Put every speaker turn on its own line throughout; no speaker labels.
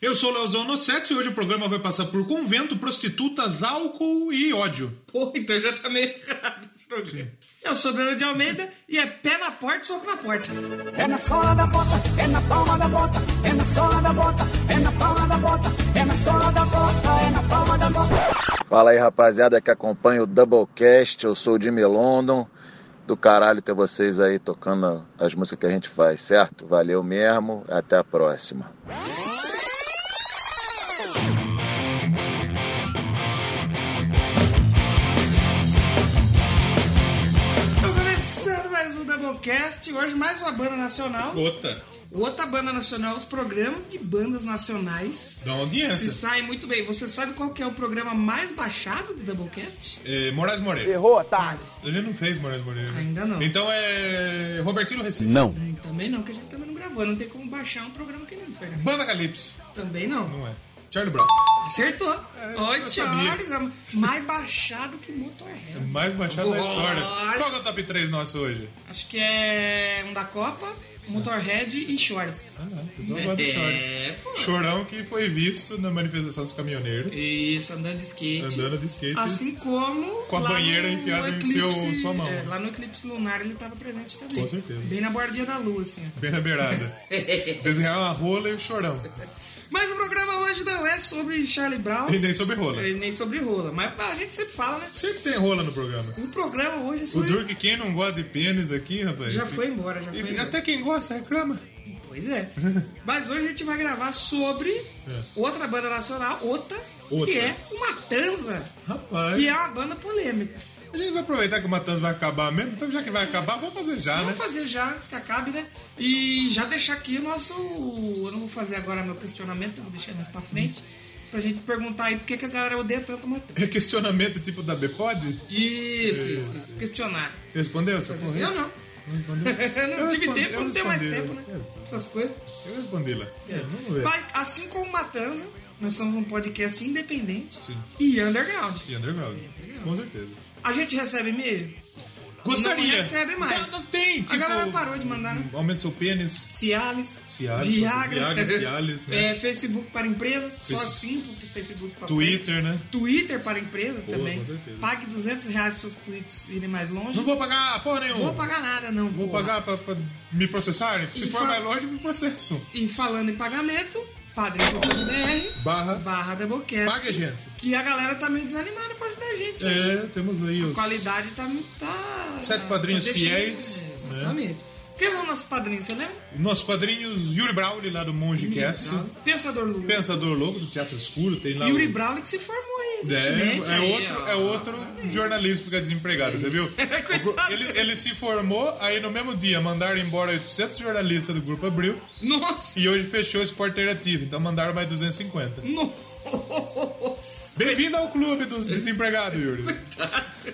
Eu sou o Leozão no Sexo e hoje o programa vai passar por convento, prostitutas, álcool e ódio.
Pô, então já tá meio errado esse programa. Eu sou Daniel de Almeida e é pé na porta, soco na porta.
É na sola da bota, é na palma da bota, é na sola da bota, é na palma da bota, é na sola da bota, é na palma da bota.
Fala aí, rapaziada, que acompanha o Doublecast. Eu sou o Jimmy London. Do caralho ter vocês aí tocando as músicas que a gente faz, certo? Valeu mesmo. Até a próxima.
Então, começando mais um Doublecast, hoje mais uma banda nacional.
Puta,
Outra banda nacional, os programas de bandas nacionais
dá uma
se
audiência.
saem muito bem. Você sabe qual que é o programa mais baixado do Doublecast?
É, Moraes Moreira.
Errou, tá?
Ele não fez Moraes Moreira. né?
Ainda não.
Então é Robertinho Recife.
Não.
Hum, Também não, que a gente também não gravou. Não tem como baixar um programa que não foi, né?
Banda Calypso.
Também não.
Não é. Charlie Brown.
Acertou.
eu
Olha,
sabia.
Charles, é mais baixado que Motorhead.
Mais baixado da
Olha.
história. Qual que é o top 3 nosso hoje?
Acho que é um da Copa, Motorhead e Shorts.
Ah, não. O pessoal gosta de shorts.
É, pô.
Chorão que foi visto na manifestação dos caminhoneiros,
Isso, andando de skate.
andando de skate.
Assim como.
Com a
lá
banheira
no
enfiada em
eclipse-
seu- sua mão.
é, lá no eclipse lunar ele tava presente também.
Com certeza.
Bem na bordinha da lua, assim. ó.
Bem na beirada. Desenhar uma rola e o chorão.
Mas o programa hoje não é sobre Charlie Brown
E nem sobre rola.
e nem sobre rola. Mas a gente sempre fala, né?
Sempre tem rola no programa.
O programa hoje é
O
sobre.
Durk, quem não gosta de pênis aqui, rapaz?
Já foi embora, já foi né?
E
embora.
até quem gosta reclama.
Pois é. Mas hoje a gente vai gravar sobre outra banda nacional, outra,
É. Outra.
que é o Matanza,
Rapaz,
que é uma banda polêmica.
a gente vai aproveitar que o Matanz vai acabar mesmo, então já que vai acabar, vamos fazer já, né?
Vamos fazer já, antes que acabe, né? E já deixar aqui o nosso. Eu não vou fazer agora meu questionamento, eu vou deixar mais pra frente. Pra gente perguntar aí por que que a galera odeia tanto o Matanza.
É questionamento tipo da Bpod?
Isso, isso, isso. questionar.
Você respondeu essa porra? aí?
Eu não.
Não respondeu?
Eu não tive
respondi-
tempo,
eu
não tenho mais
respondi,
tempo, né?
eu-
Essas coisas.
Eu respondi lá. É, vamos ver.
Mas assim como o Matanza, nós somos um podcast independente
Sim.
e underground.
E underground. Com certeza.
A gente recebe e-mail?
Gostaria.
É, Não recebe mais.
Não, não tem, tipo...
a galera parou de mandar, né?
Aumenta seu pênis.
Cialis,
Cialis,
Viagra,
Viagra, Cialis, né?
É, Facebook para empresas, só
Face-
assim pro Facebook para
Twitter, né?
Twitter para empresas
Boa,
também.
com certeza.
Pague 200 reais para seus tweets irem mais longe.
Não vou pagar porra nenhuma.
Vou pagar nada, não.
Vou
porra.
pagar pra, pra me processarem? Se
E
for
fa-
mais longe, me processam.
E falando em pagamento, padrim.br
Barra.
barra Doublecast.
Pague a gente.
Que a galera tá meio desanimada pra ajudar a gente. né?
É, temos aí
A
os...
qualidade tá... tá
Sete padrinhos
deixando-
fiéis, né?
Exatamente. Quem são nossos padrinhos, você lembra?
Nossos padrinhos, Yuri Brawley, lá do Mongecast.
Pensador Lula.
Pensador Louco, do Teatro Escuro, tem lá
Yuri
o...
Brawley que se formou aí recentemente.
É, é
aí,
outro,
ó.
é outro jornalista que fica desempregados, você viu?
Coitado.
Ele, ele se formou, aí no mesmo dia mandaram embora 800 jornalistas do Grupo Abril
Nossa!
e hoje fechou o Esporte Interativo, então mandaram mais 250.
Nossa!
Bem-vindo ao clube dos desempregados, Yuri.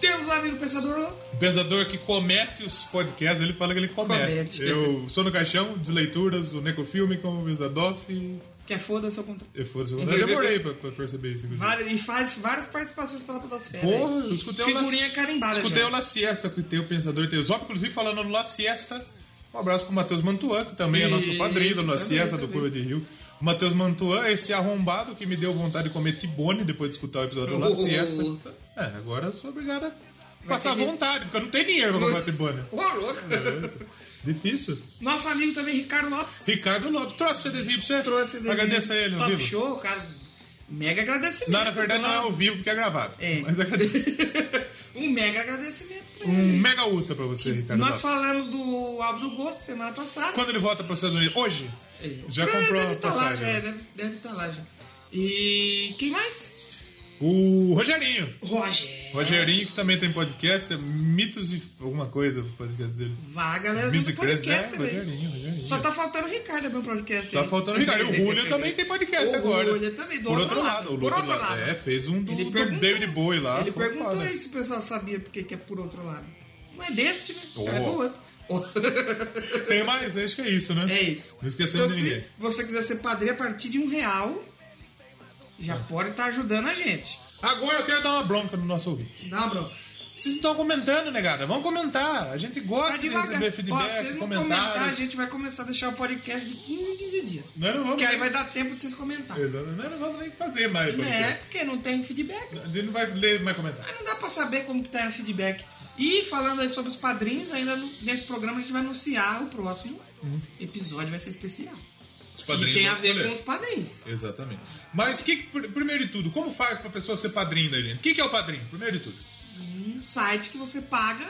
Temos um amigo pensador louco.
O pensador que comete os podcasts, ele fala que ele comete.
Comete.
Eu sou no caixão, de leituras, o Necofilme com o Isadoff.
Que é foda-se ao contrário.
Eu, foda-se, eu demorei pra, pra perceber isso. inclusive.
Várias- e faz várias participações pela Podosfera.
Porra,
aí.
eu escutei o
Figurinha carimbada.
Escutei
já.
o La Siesta, que tem o Pensador e tem o Zop, inclusive falando no La Siesta. Um abraço pro Matheus Mantuan, que também é nosso
Isso,
padrinho do La
também,
Siesta, do
também.
Curva de Rio. O Matheus Mantuan, esse arrombado que me deu vontade de comer tibone depois de escutar o episódio do La
Oh.
Siesta. É, agora eu sou obrigado a passar
ter que-
vontade, porque eu não tenho dinheiro pra comprar tibone.
Ô, louco!
Difícil.
Nosso amigo também, Ricardo Lopes.
Ricardo Lopes, trouxe CDzinho pra você?
Trouxe desse
Agradeço a ele, ao
Top
vivo.
show, cara. Mega agradecimento.
Não, na verdade não é
Então,
ao vivo, porque é gravado.
É.
Mas agradeço.
Um mega agradecimento pra ele.
Um mega ultra pra você, Ricardo
Nós
Lopes.
falamos do álbum do Gosto semana passada.
Quando ele volta pros Estados Unidos? Hoje?
É.
Já
Ah,
comprou
deve
a
tá lá, já,
passagem. né?
é, deve estar lá já. E quem mais?
O Rogerinho.
Roger.
Rogerinho, que também tem podcast, é Mitos e alguma coisa, o podcast dele.
Vá, galera
Mitos e
do
Credos, é,
né? Tá podcast também.
Rogerinho, Rogerinho.
Só tá faltando o Ricardo abrir um podcast
Tá
aí.
faltando o Ricardo. E o Julio também tem podcast
O
agora.
Julio também, do
Por
outro
outro
lado.
lado. o
Por
Lucas
outro
La-
lado.
É, fez um do,
Ele
do
perguntou.
David Bowie lá.
Ele
foi
perguntou
foda.
aí se o pessoal sabia porque que é por outro lado. Não é deste, né?
Oh.
É do outro.
Tem mais? Acho que é isso, né?
É isso.
Não esquecendo
Então,
de
se
ninguém.
você quiser ser padrinho a partir de um real,
Ah.
já pode estar ajudando a gente.
Agora eu quero dar uma bronca no nosso ouvinte.
Dá uma bronca.
Vocês não estão comentando, negada. Vamos comentar. A gente gosta de receber
Tá Ó, se
feedback,
vocês não comentar, a
comentários.
gente vai começar a deixar o podcast de 15 em 15 dias.
Nós não vamos
Porque aí
nem-
vai dar tempo de vocês comentarem.
Exato. Nós não vamos nem fazer mais
É,
podcast.
porque não tem feedback.
A gente não vai ler mais comentário.
Mas não dá pra saber como que tá o feedback. E falando aí sobre os padrinhos, ainda no- nesse programa a gente vai anunciar o próximo
Hum.
episódio, vai ser especial.
Os
E
padrinhos
tem a
vão
ver
escolher.
com os padrinhos.
Exatamente. Mas que, pr- primeiro de tudo, como faz pra pessoa ser padrinho da gente? O que, que é o padrinho? Primeiro de tudo.
Um site que você paga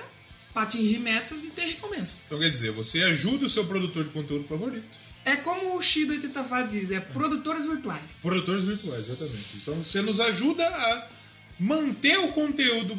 pra atingir metas e ter recompensas.
Então quer dizer, você ajuda o seu produtor de conteúdo favorito.
É como o Shido 80 Fá diz, é produtores virtuais.
Produtores virtuais, exatamente. Então você nos ajuda a manter o conteúdo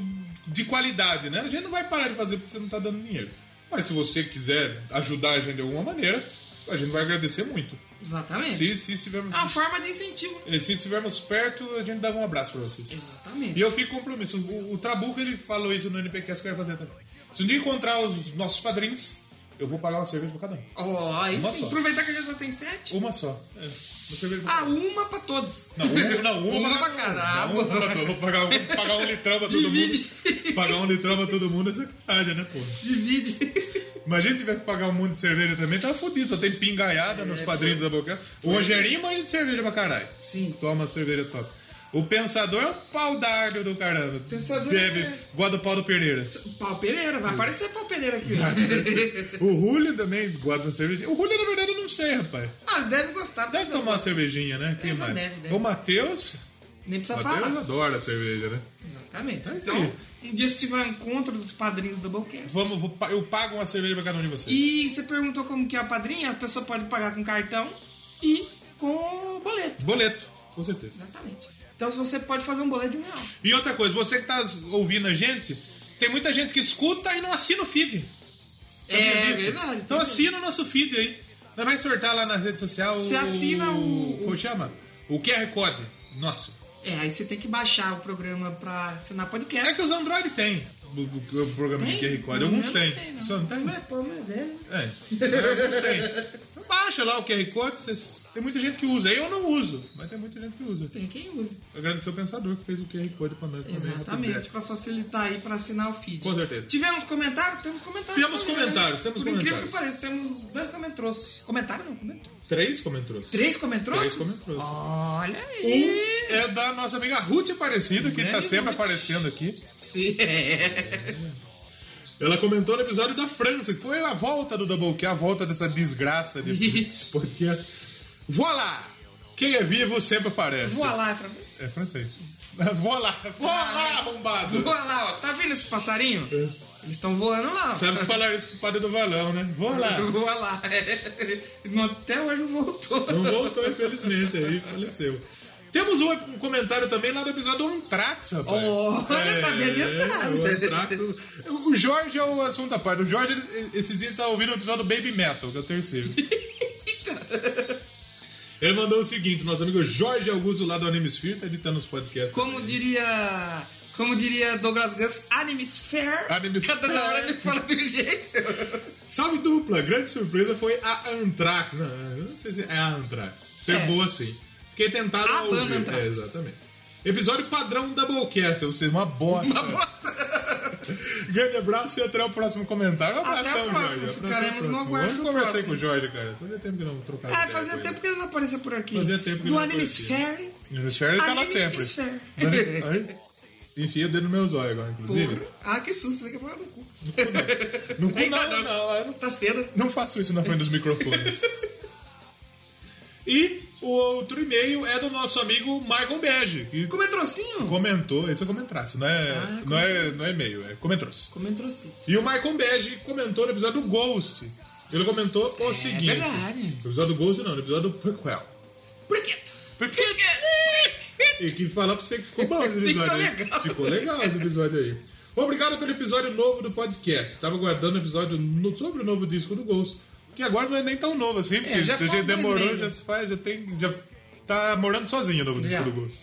de qualidade, né? A gente não vai parar de fazer porque você não tá dando dinheiro. Mas se você quiser ajudar a gente de alguma maneira, a gente vai agradecer muito.
Exatamente.
Se, se, estivermos, eh,
É uma forma de incentivo. né?
se estivermos perto, a gente dá um abraço pra vocês.
Exatamente.
E eu fico compromisso. O, o Trabuco ele falou isso no NPQS que eu ia fazer também. Se um dia encontrar os nossos padrinhos, eu vou pagar uma cerveja pra cada um.
Ó, aí
Uma
sim.
só.
Aproveitar que a gente só tem sete.
Uma só. É, uma cerveja pra
Ah,
cada um.
uma pra todos.
Não, uma, não, uma,
Uma pra cada
cada um.
um.
Não, uma pra cada um. Vou pagar, um- vou pagar um litrão pra todo mundo.
Divide.
Pagar um litrão pra todo mundo é sacanagem, né, pô?
Divide.
Mas a gente tivesse que pagar um monte de cerveja também, tava fudido. Só tem pingaiada
É,
nos padrinhos da boca. O Rogerinho manja de cerveja pra caralho.
Sim.
Toma cerveja top. O Pensador é um pau d'alho do caramba.
Pensador
Bebe,
é-
gosta do pau do Pereira.
Pau Pereira, vai aparecer Pau Pereira aqui hoje.
O Julio também gosta de uma cerveja. O Julio, na verdade, eu não sei, rapaz.
Ah, você deve gostar.
Deve tomar uma cervejinha, né? Quem
Essa
mais?
deve, deve.
O Matheus.
Nem precisa
Matheus
falar.
adora cerveja, né?
Exatamente.
Mas
Então, um dia se tiver um encontro dos padrinhos do Doublecast.
Vamos, vou pa- eu pago uma cerveja pra cada um de vocês.
E você perguntou como que é a padrinha, a pessoa pode pagar com cartão e com boleto.
Boleto, com certeza.
Exatamente. Então se você pode fazer um boleto de um real.
E outra coisa, você que tá ouvindo a gente, tem muita gente que escuta e não assina o feed.
É verdade,
Então
tem
assina o nosso feed aí. Nós vai sortar lá nas redes sociais.
Você
o-
assina o-
Como chama? O QR Code. Nosso.
É, aí você tem que baixar o programa pra assinar
É
podcast.
que os Android tem o, o- o programa de QR Code. Alguns
tem.
têm.
Eu não
Só não
tem,
tem? né?
não. Mas, pô, mas velho.
É. Alguns têm. Então baixa lá o QR Code. cês- Tem muita gente que usa. Eu não uso, mas tem muita gente que usa.
Tem quem usa.
Agradecer o pensador que fez o QR Code pra nós também.
Exatamente,
rapidez.
pra facilitar aí pra assinar o feed.
Com certeza.
Tivemos comentário? Temos comentário.
Temos comentários, temos
Por incrível
comentários.
que pareça, temos dois comentários. Comentário não, comentário.
Três comentários.
Três comentários?
Três comentários.
Olha
Um
aí.
é da nossa amiga Ruth Aparecido, que tá
Grande
sempre
Ruth.
aparecendo aqui.
Sim.
Ela comentou no episódio da França, que foi a volta do Double K, a volta dessa desgraça de
Isso.
podcast. Voilà! Quem é vivo sempre aparece.
Voa lá, é francês.
É francês. Voilà! Voilà, arrombado!
Voa lá, ó. Tá vendo esses passarinhos? Eles estão voando lá. ó.
É. Sabe falar isso pro padre do valão, né? Voilà!
Voa lá. Não, Até hoje não voltou.
Não voltou, infelizmente, aí faleceu. Temos um um comentário também lá do episódio do Antrax, rapaz. É,
Olha, tá bem adiantado.
o Anthrax- o Jorge é o assunto à parte. O Jorge, ele- esses dias, ele tá ouvindo o episódio do Baby Metal, que é o terceiro. Ele mandou o seguinte, nosso amigo Jorge Augusto, lá do Animesphere, tá editando os podcasts.
Como diria. Como diria Douglas Guns, Animesphere.
Animesphere.
Cada hora ele fala de um jeito.
Salve dupla! Grande surpresa foi a Anthrax. Não, eu não sei se é a Anthrax. Ser
É.
boa sim. Fiquei tentado
A
a ouvir.
banda Anthrax.
É, exatamente. Episódio padrão da Doublecast, ou seja, uma bosta. Grande abraço e até o próximo comentário. Um
Até
abração,
o próximo.
Jorge. Até o
Ficaremos no
próximo.
aguardo
Hoje
do
eu conversei
próximo.
com o Jorge, cara. Fazia tempo que não trocava
Ah,
ideia
fazia
com
tempo que ele não aparecia por aqui.
Fazia tempo que
Do
ele não
Animesphere.
ele. No Sphere ele tá lá sempre.
Animesphere.
Dani- Ai, Enfia o dedo no meu zóio agora, inclusive.
Porra. Ah, que susto, você quer falar no cu.
Não, não,
Ainda
não, não, eu não
Tá cedo.
Não faço isso na frente dos microfones. e o outro e-mail é do nosso amigo Michael Bege, que
Comeu trocinho?
comentou. Isso é comentraço, não é,
Ah,
não é, não é e-mail, é comentroço.
Comeu trocinho.
E o Michael Bege comentou no episódio do Ghost. Ele comentou o seguinte:
É verdade.
no episódio do Ghost não, no episódio do Prequel.
Briqueto.
E que falar pra você que ficou bom esse
Ficou
episódio aí.
legal.
Ficou legal esse episódio aí. Obrigado pelo episódio novo do podcast. Tava guardando o episódio no- sobre o novo disco do Ghost. Que agora não é nem tão novo assim, porque
já
já,
faz um dois
demorou,
meses.
já se faz, já tem. Já tá morando sozinho o novo disco
Já.
do Ghost.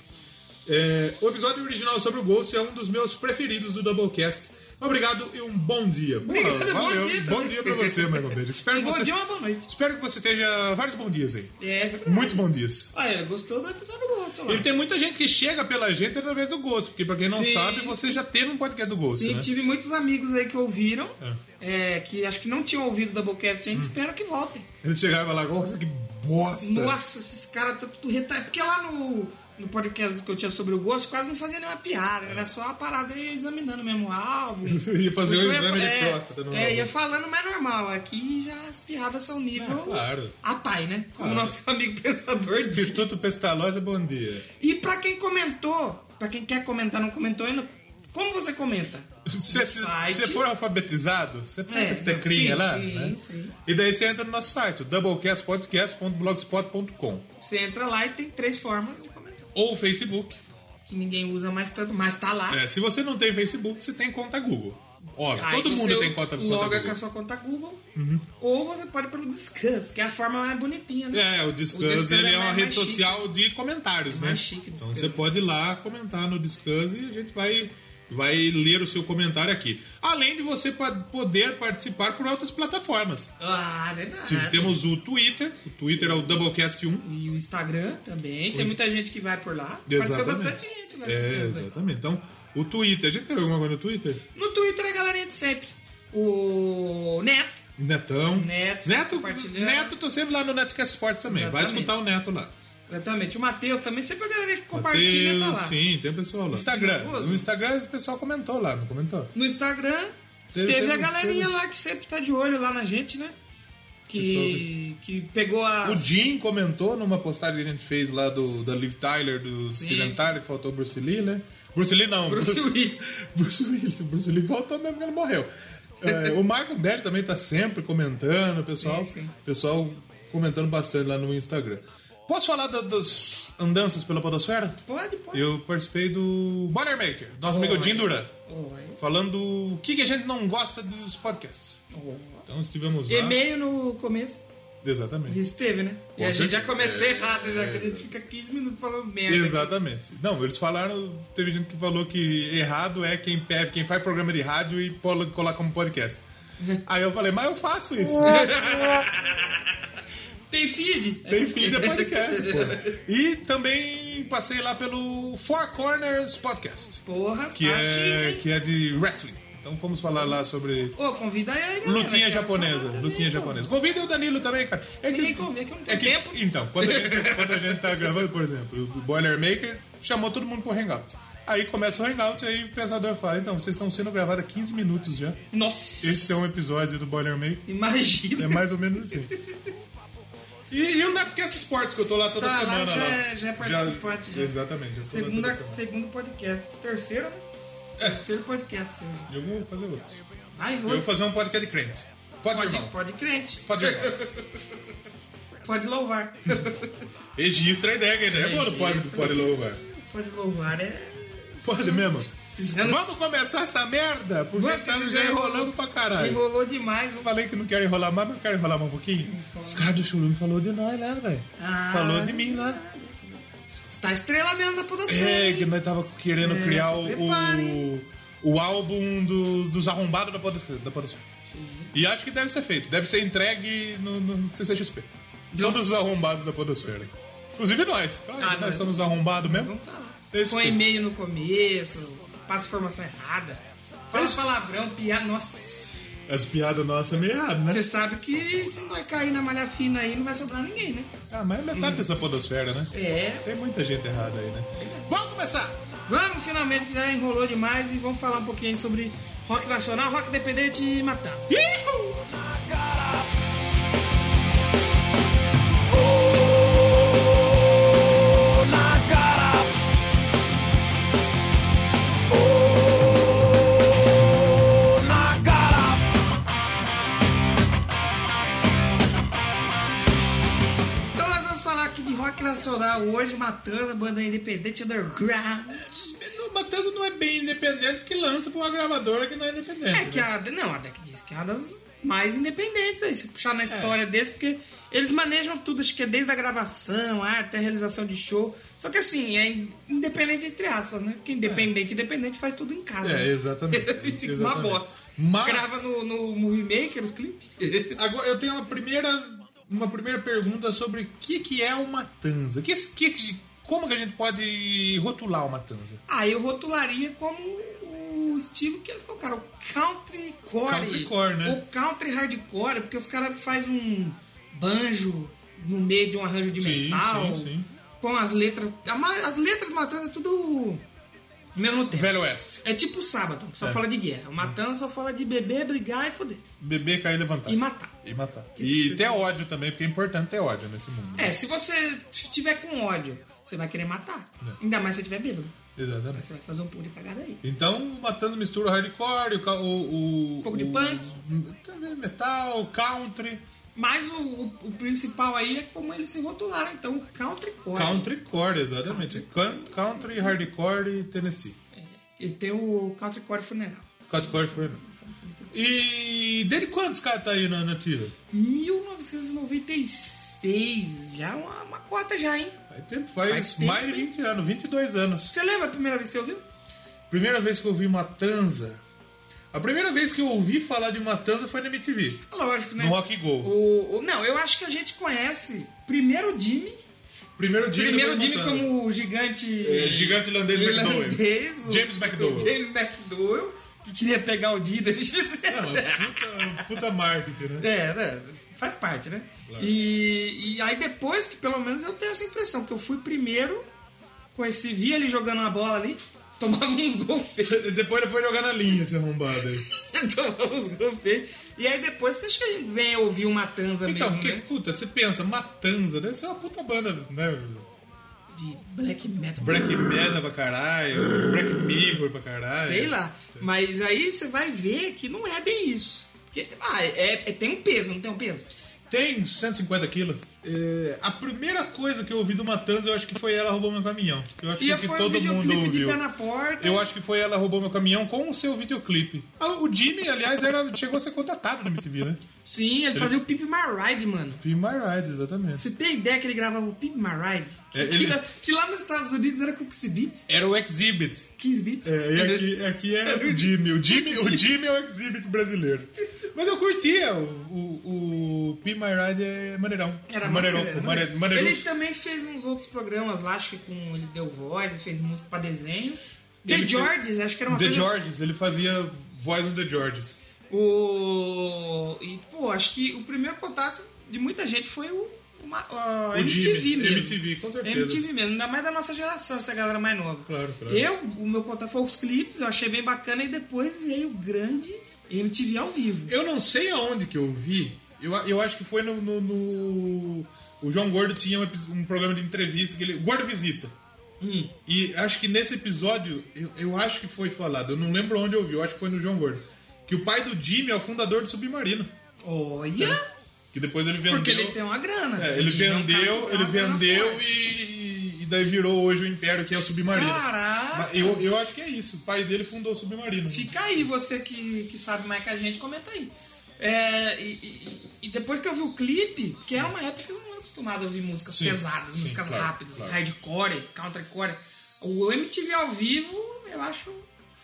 É, o episódio original sobre o Ghost é um dos meus preferidos do Doublecast. Obrigado e um bom dia. Pô,
Obrigado, bom
valeu.
dia
bom
também.
dia pra você, Michael Bailey. Espero, que
Bom
você-
dia, uma boa noite.
espero que você tenha vários bons dias aí.
É, verdade.
Muito bons dias.
Ah, ele gostou do episódio do celular.
E tem muita gente que chega pela gente através do gosto, porque pra quem não
Sim.
sabe, você já teve um podcast do gosto,
Sim,
né?
tive muitos amigos aí que ouviram, é, que acho que não tinham ouvido o Doublecast
Hum.
ainda, espero que voltem.
Eles chegaram e falaram, nossa, que bosta.
Nossa, esses caras tá tudo retalhado. Porque lá no, no podcast que eu tinha sobre o gosto, quase não fazia nenhuma piada, era só uma parada aí examinando mesmo o álbum.
Ia fazer
Isso
um
eu
exame de
é,
próstata. no
É, ia
álbum.
falando mais normal. Aqui já as piadas são nível.
É, claro.
A pai, né? Como
Claro.
nosso amigo pensador diz.
Instituto Pestalozzi, é bom dia.
E pra quem comentou, pra quem quer comentar, não comentou ainda, como você comenta?
Se se-
site.
se você for alfabetizado, você pega
É,
esse teclinha
sim,
lá,
sim,
né?
sim.
E daí você entra no nosso site, o doublecastpodcast.blogspot.com
Você entra lá e tem três formas de comentar.
ou o Facebook.
Que ninguém usa mais tanto, mas tá lá.
É, se você não tem Facebook, você tem conta Google. Óbvio,
Aí
todo
você
mundo tem conta, conta
Loga com a
Google. Uhum.
sua conta Google. Ou você pode pelo Discuss, que é a forma mais bonitinha, né?
É, o Discuss,
O Discuss
ele
é
é, uma
mais-
rede
mais
social de comentários, né?
Mais chique o
então
Discuss.
você pode ir lá comentar no Discuss e a gente vai, vai ler o seu comentário aqui. Além de você pa- poder participar por outras plataformas.
Ah, verdade.
Tive- Temos o Twitter, o Twitter é o Doublecast 1.
E o Instagram também. Tem
Pois.
muita gente que vai por lá. Apareceu
Exatamente.
bastante gente né? lá. esses
É,
tempos aí.
exatamente. Então, o Twitter, a gente tem alguma coisa no Twitter?
No Twitter é a galerinha de sempre. O Neto.
Netão.
Neto,
Neto,
compartilhando.
Neto, tô sempre lá no Netcast Sports também. Vai
Exatamente.
escutar o Neto lá.
Exatamente. O Matheus também. Sempre a galera que compartilha tá lá.
Sim, tem pessoal lá. Instagram.
Nervoso.
No Instagram o pessoal comentou lá, não comentou?
No Instagram,
Teve-
teve,
teve-
a galerinha
teve-
lá que sempre tá de olho lá na gente, né? Que, que pegou a...
O Jim comentou numa postagem que a gente fez lá do, da Liv Tyler, do
Sim.
Steven Tyler, que faltou o Bruce Lee, né? Bruce Lee não.
Bruce Willis.
Bruce Willis. O Bruce Lee faltou mesmo que ele morreu. É, o Marco Belli também tá sempre comentando, o pessoal.
Sim, sim.
Pessoal comentando bastante lá no Instagram. Posso falar da- das andanças pela podosfera?
Pode, pode.
Eu participei do Boilermaker, nosso amigo
Olha.
Jim Duran,
Oi.
falando o que, que a gente não gosta dos podcasts.
Oi.
Então estivemos lá.
E-mail no começo.
Exatamente.
Isso teve, né? E
Com
a gente já
certeza.
começa
É,
errado, já que
é.
a gente fica 15 minutos falando merda.
Exatamente. Não, eles falaram, teve gente que falou que errado é quem, pe- quem faz programa de rádio e polo- colar como podcast. Aí eu falei, mas eu faço isso.
Tem feed?
Tem feed é podcast, pô. E também passei lá pelo Four Corners Podcast,
Porra,
que,
tá
é,
chique, hein?
que é de wrestling. Então fomos falar lá sobre
Ô, convida aí, galera.
lutinha
Quero
japonesa.
falar também,
Lutinha
pô.
japonesa. Convida o Danilo também, cara. É
Ninguém convida, que eu não tenho
é que-
tempo.
Então, quando a, gente, quando a gente tá gravando, por exemplo, o Boilermaker chamou todo mundo pro Hangout. Aí começa o Hangout, aí o pensador fala: então, vocês estão sendo gravados há 15 minutos já.
Nossa,
Esse é um episódio do Boilermaker. É
imagina.
mais ou menos assim. E, e o Netcast Sports, que eu tô lá toda
Tá, lá
semana.
já
lá.
é- já é participante, já.
Exatamente, já tô lá
Segunda,
toda semana.
segundo podcast. Terceiro, né? Terceiro podcast. seu.
Eu vou fazer outros.
Vai,
É. Eu vou
Rui.
fazer um podcast de crente. Pode,
Pode,
irmão.
pode crente.
Pode, irmão.
Pode louvar.
Registra a ideia, que a ideia é boa do pode, pode louvar.
pode louvar é...
Pode mesmo.
Já não-
Vamos começar essa merda, porque
Vamos,
estamos
já
já
enrolou.
enrolando pra caralho.
Enrolou demais.
Eu falei que não quero enrolar mais, mas eu quero enrolar mais um pouquinho. Os caras do churume falou de nós lá, velho.
Ah.
Falou de mim lá.
Está estrela mesmo da produção.
É,
hein?
que nós tava querendo
É,
criar
se
o,
preparem.
o, o álbum do- dos arrombados da produção. Da produção. E acho que deve ser feito. Deve ser entregue no, no CCXP. Todos os arrombados da Podosfera. Inclusive nós. Claro,
Ah,
nós
nós-
somos arrombados mesmo.
Vamos tá lá.
Esse
Põe
que-
e-mail no começo, passa informação errada. Fala
Esse-
palavrão, piada. Nossa,
As piadas nossas é meio errado, né?
você sabe que se nós cair na malha fina aí, não vai sobrar ninguém, né?
Ah, mas é metade dessa podosfera, né?
É.
Tem muita gente errada aí, né? Vamos começar!
Vamos finalmente, que já enrolou demais, e vamos falar um pouquinho sobre rock nacional, rock independente e matança. Então nós vamos falar aqui de rock nacional hoje, matança, banda independente underground.
O Matanza não é bem independente porque lança pra uma gravadora que não é independente.
É que
né?
a. Não, a Deck Disc é uma das mais independentes aí. Se puxar
É.
na história deles, porque eles manejam tudo, acho que é desde a gravação, a arte, a realização de show. Só que assim, é in- independente entre aspas, né? Porque independente, independente faz tudo em casa.
É,
né?
exatamente.
Fica uma
exatamente.
bosta.
Mas-
Grava no, no Movie Maker os clipes.
Agora, eu tenho uma primeira, uma primeira pergunta sobre o que, que é o Matanza. O que, que, como que a gente pode rotular uma transa?
Ah, eu rotularia como o estilo que eles colocaram, o country core.
Countrycore, né?
O country hardcore, porque os caras fazem um banjo no meio de um arranjo de
Sim,
metal.
sim, sim.
Com as letras. a ma- As letras de Matanza é tudo ao mesmo tempo.
Velho Oeste.
É tipo o sábado, que só
É.
fala de guerra. O Matanza só fala de beber, brigar e foder.
Beber, cair e levantar.
E matar.
E matar.
Que
E
se-
ter ódio também, porque é importante ter ódio nesse mundo. né?
É, se você tiver com ódio, você vai querer matar.
É.
Ainda mais se você tiver bêbado.
Exatamente.
Você vai fazer um pouco de cagada aí.
Então, matando mistura o hardcore, o, ca- o, o
Um pouco de
o-
punk.
também metal, country,
Mas o, o- o principal aí é como eles se rotularam, então o country core.
countrycore, exatamente, Can- country, hardcore e Tennessee,
É, e tem o country core funeral.
countrycore foi. E desde quantos caras tá aí na, na tira?
1996, já é uma, uma cota já, hein?
Faz tempo, faz,
Faz tempo,
mais de
hein?
20 anos, 22 anos.
Você lembra a primeira vez que você ouviu?
Primeira vez que eu ouvi Matanza, a primeira vez que eu ouvi falar de Matanza foi na MTV,
Lógico, né?
no Rock Go.
O, o- não, eu acho que a gente conhece primeiro o Jimmy.
Primeiro dia
primeiro o
depois
Jimmy
Matanza.
como o gigante.
É, gigante irlandês McDowell.
irlandês, o-
James McDowell.
o James McDowell, que queria pegar o Dida e
Não, é um puta, puta marketing, né?
É, né? faz parte, né?
Claro.
E, e aí depois que pelo menos eu tenho essa impressão, que eu fui primeiro, conheci, vi ele jogando uma bola ali, tomava uns gols feios,
Depois ele foi jogar na linha, esse arrombado aí.
tomava uns gols feios. E aí depois que acho que vem ouvir uma tanza
Então,
mesmo,
porque,
né?
puta, você pensa, Matanza, deve ser uma puta banda, né?
De black metal.
Black Metal pra caralho, Black Mirror pra caralho.
Sei lá.
é.
Mas aí você vai ver que não é bem isso. Porque ah, é, é- tem um peso, não tem um peso?
Tem 150 quilos. É, a primeira coisa que eu ouvi do Matanza, eu acho que foi Ela Roubou Meu Caminhão. Eu acho
E
que,
foi um
todo mundo
videoclipe de
ouviu.
pé na porta.
Eu acho que foi Ela Roubou Meu Caminhão com o seu videoclipe. Ah, O Jimmy, aliás, era, chegou a ser contratado no MTV, né?
Sim, ele, fazia o Pimp My Ride, mano.
Pimp My Ride, exatamente.
Você tem ideia que ele gravava o Pimp My Ride? Que,
É, ele-
que lá, que lá nos Estados Unidos era com 15 bits.
Era o Exhibit.
15 bits.
É, e aqui, aqui é o Jimmy. O Jimmy, o Jimmy é o exhibit brasileiro. Mas eu curtia. O, o, o Pimp My Ride é maneirão.
Era
maneirão.
maneiro,
o
né?
mane- maneiruço.
Ele também fez uns outros programas lá, acho que com ele deu voz e fez música pra desenho. The
Ele fez-
Georges, acho que era uma
The
coisa- assim.
Georges. Ele fazia voz no The Georges.
O... E, pô, acho que o primeiro contato de muita gente foi o, uma, a
O
MTV
Jimmy,
mesmo.
MTV, com certeza.
MTV mesmo, ainda mais da nossa geração, essa galera mais nova.
Claro, claro.
Eu, o meu contato foi os clipes, eu achei bem bacana e depois veio o grande MTV ao vivo.
Eu não sei aonde que eu vi. Eu, a- eu acho que foi no, no- no- O João Gordo tinha um, epi- um programa de entrevista que ele. Gordo Visita.
Hum.
E acho que nesse episódio, eu, eu acho que foi falado, eu não lembro onde eu vi, eu acho que foi no João Gordo. Que o pai do Jimmy é o fundador do Submarino.
Olha!
Que depois ele vendeu.
Porque ele tem uma grana.
É, ele
é um cara
vendeu,
que tem
ele
uma grana
vendeu
forte.
e, e daí virou hoje o Império, que é o Submarino.
Caraca!
Mas Eu, eu acho que é isso. O pai dele fundou o Submarino.
Fica aí, você que, que sabe mais que a gente, comenta aí. É, e, e- e depois que eu vi o clipe, que era uma época que eu não era acostumado a ouvir músicas
Sim,
pesadas,
sim,
músicas
claro,
rápidas,
claro.
hardcore, countercore. O MTV ao vivo, eu acho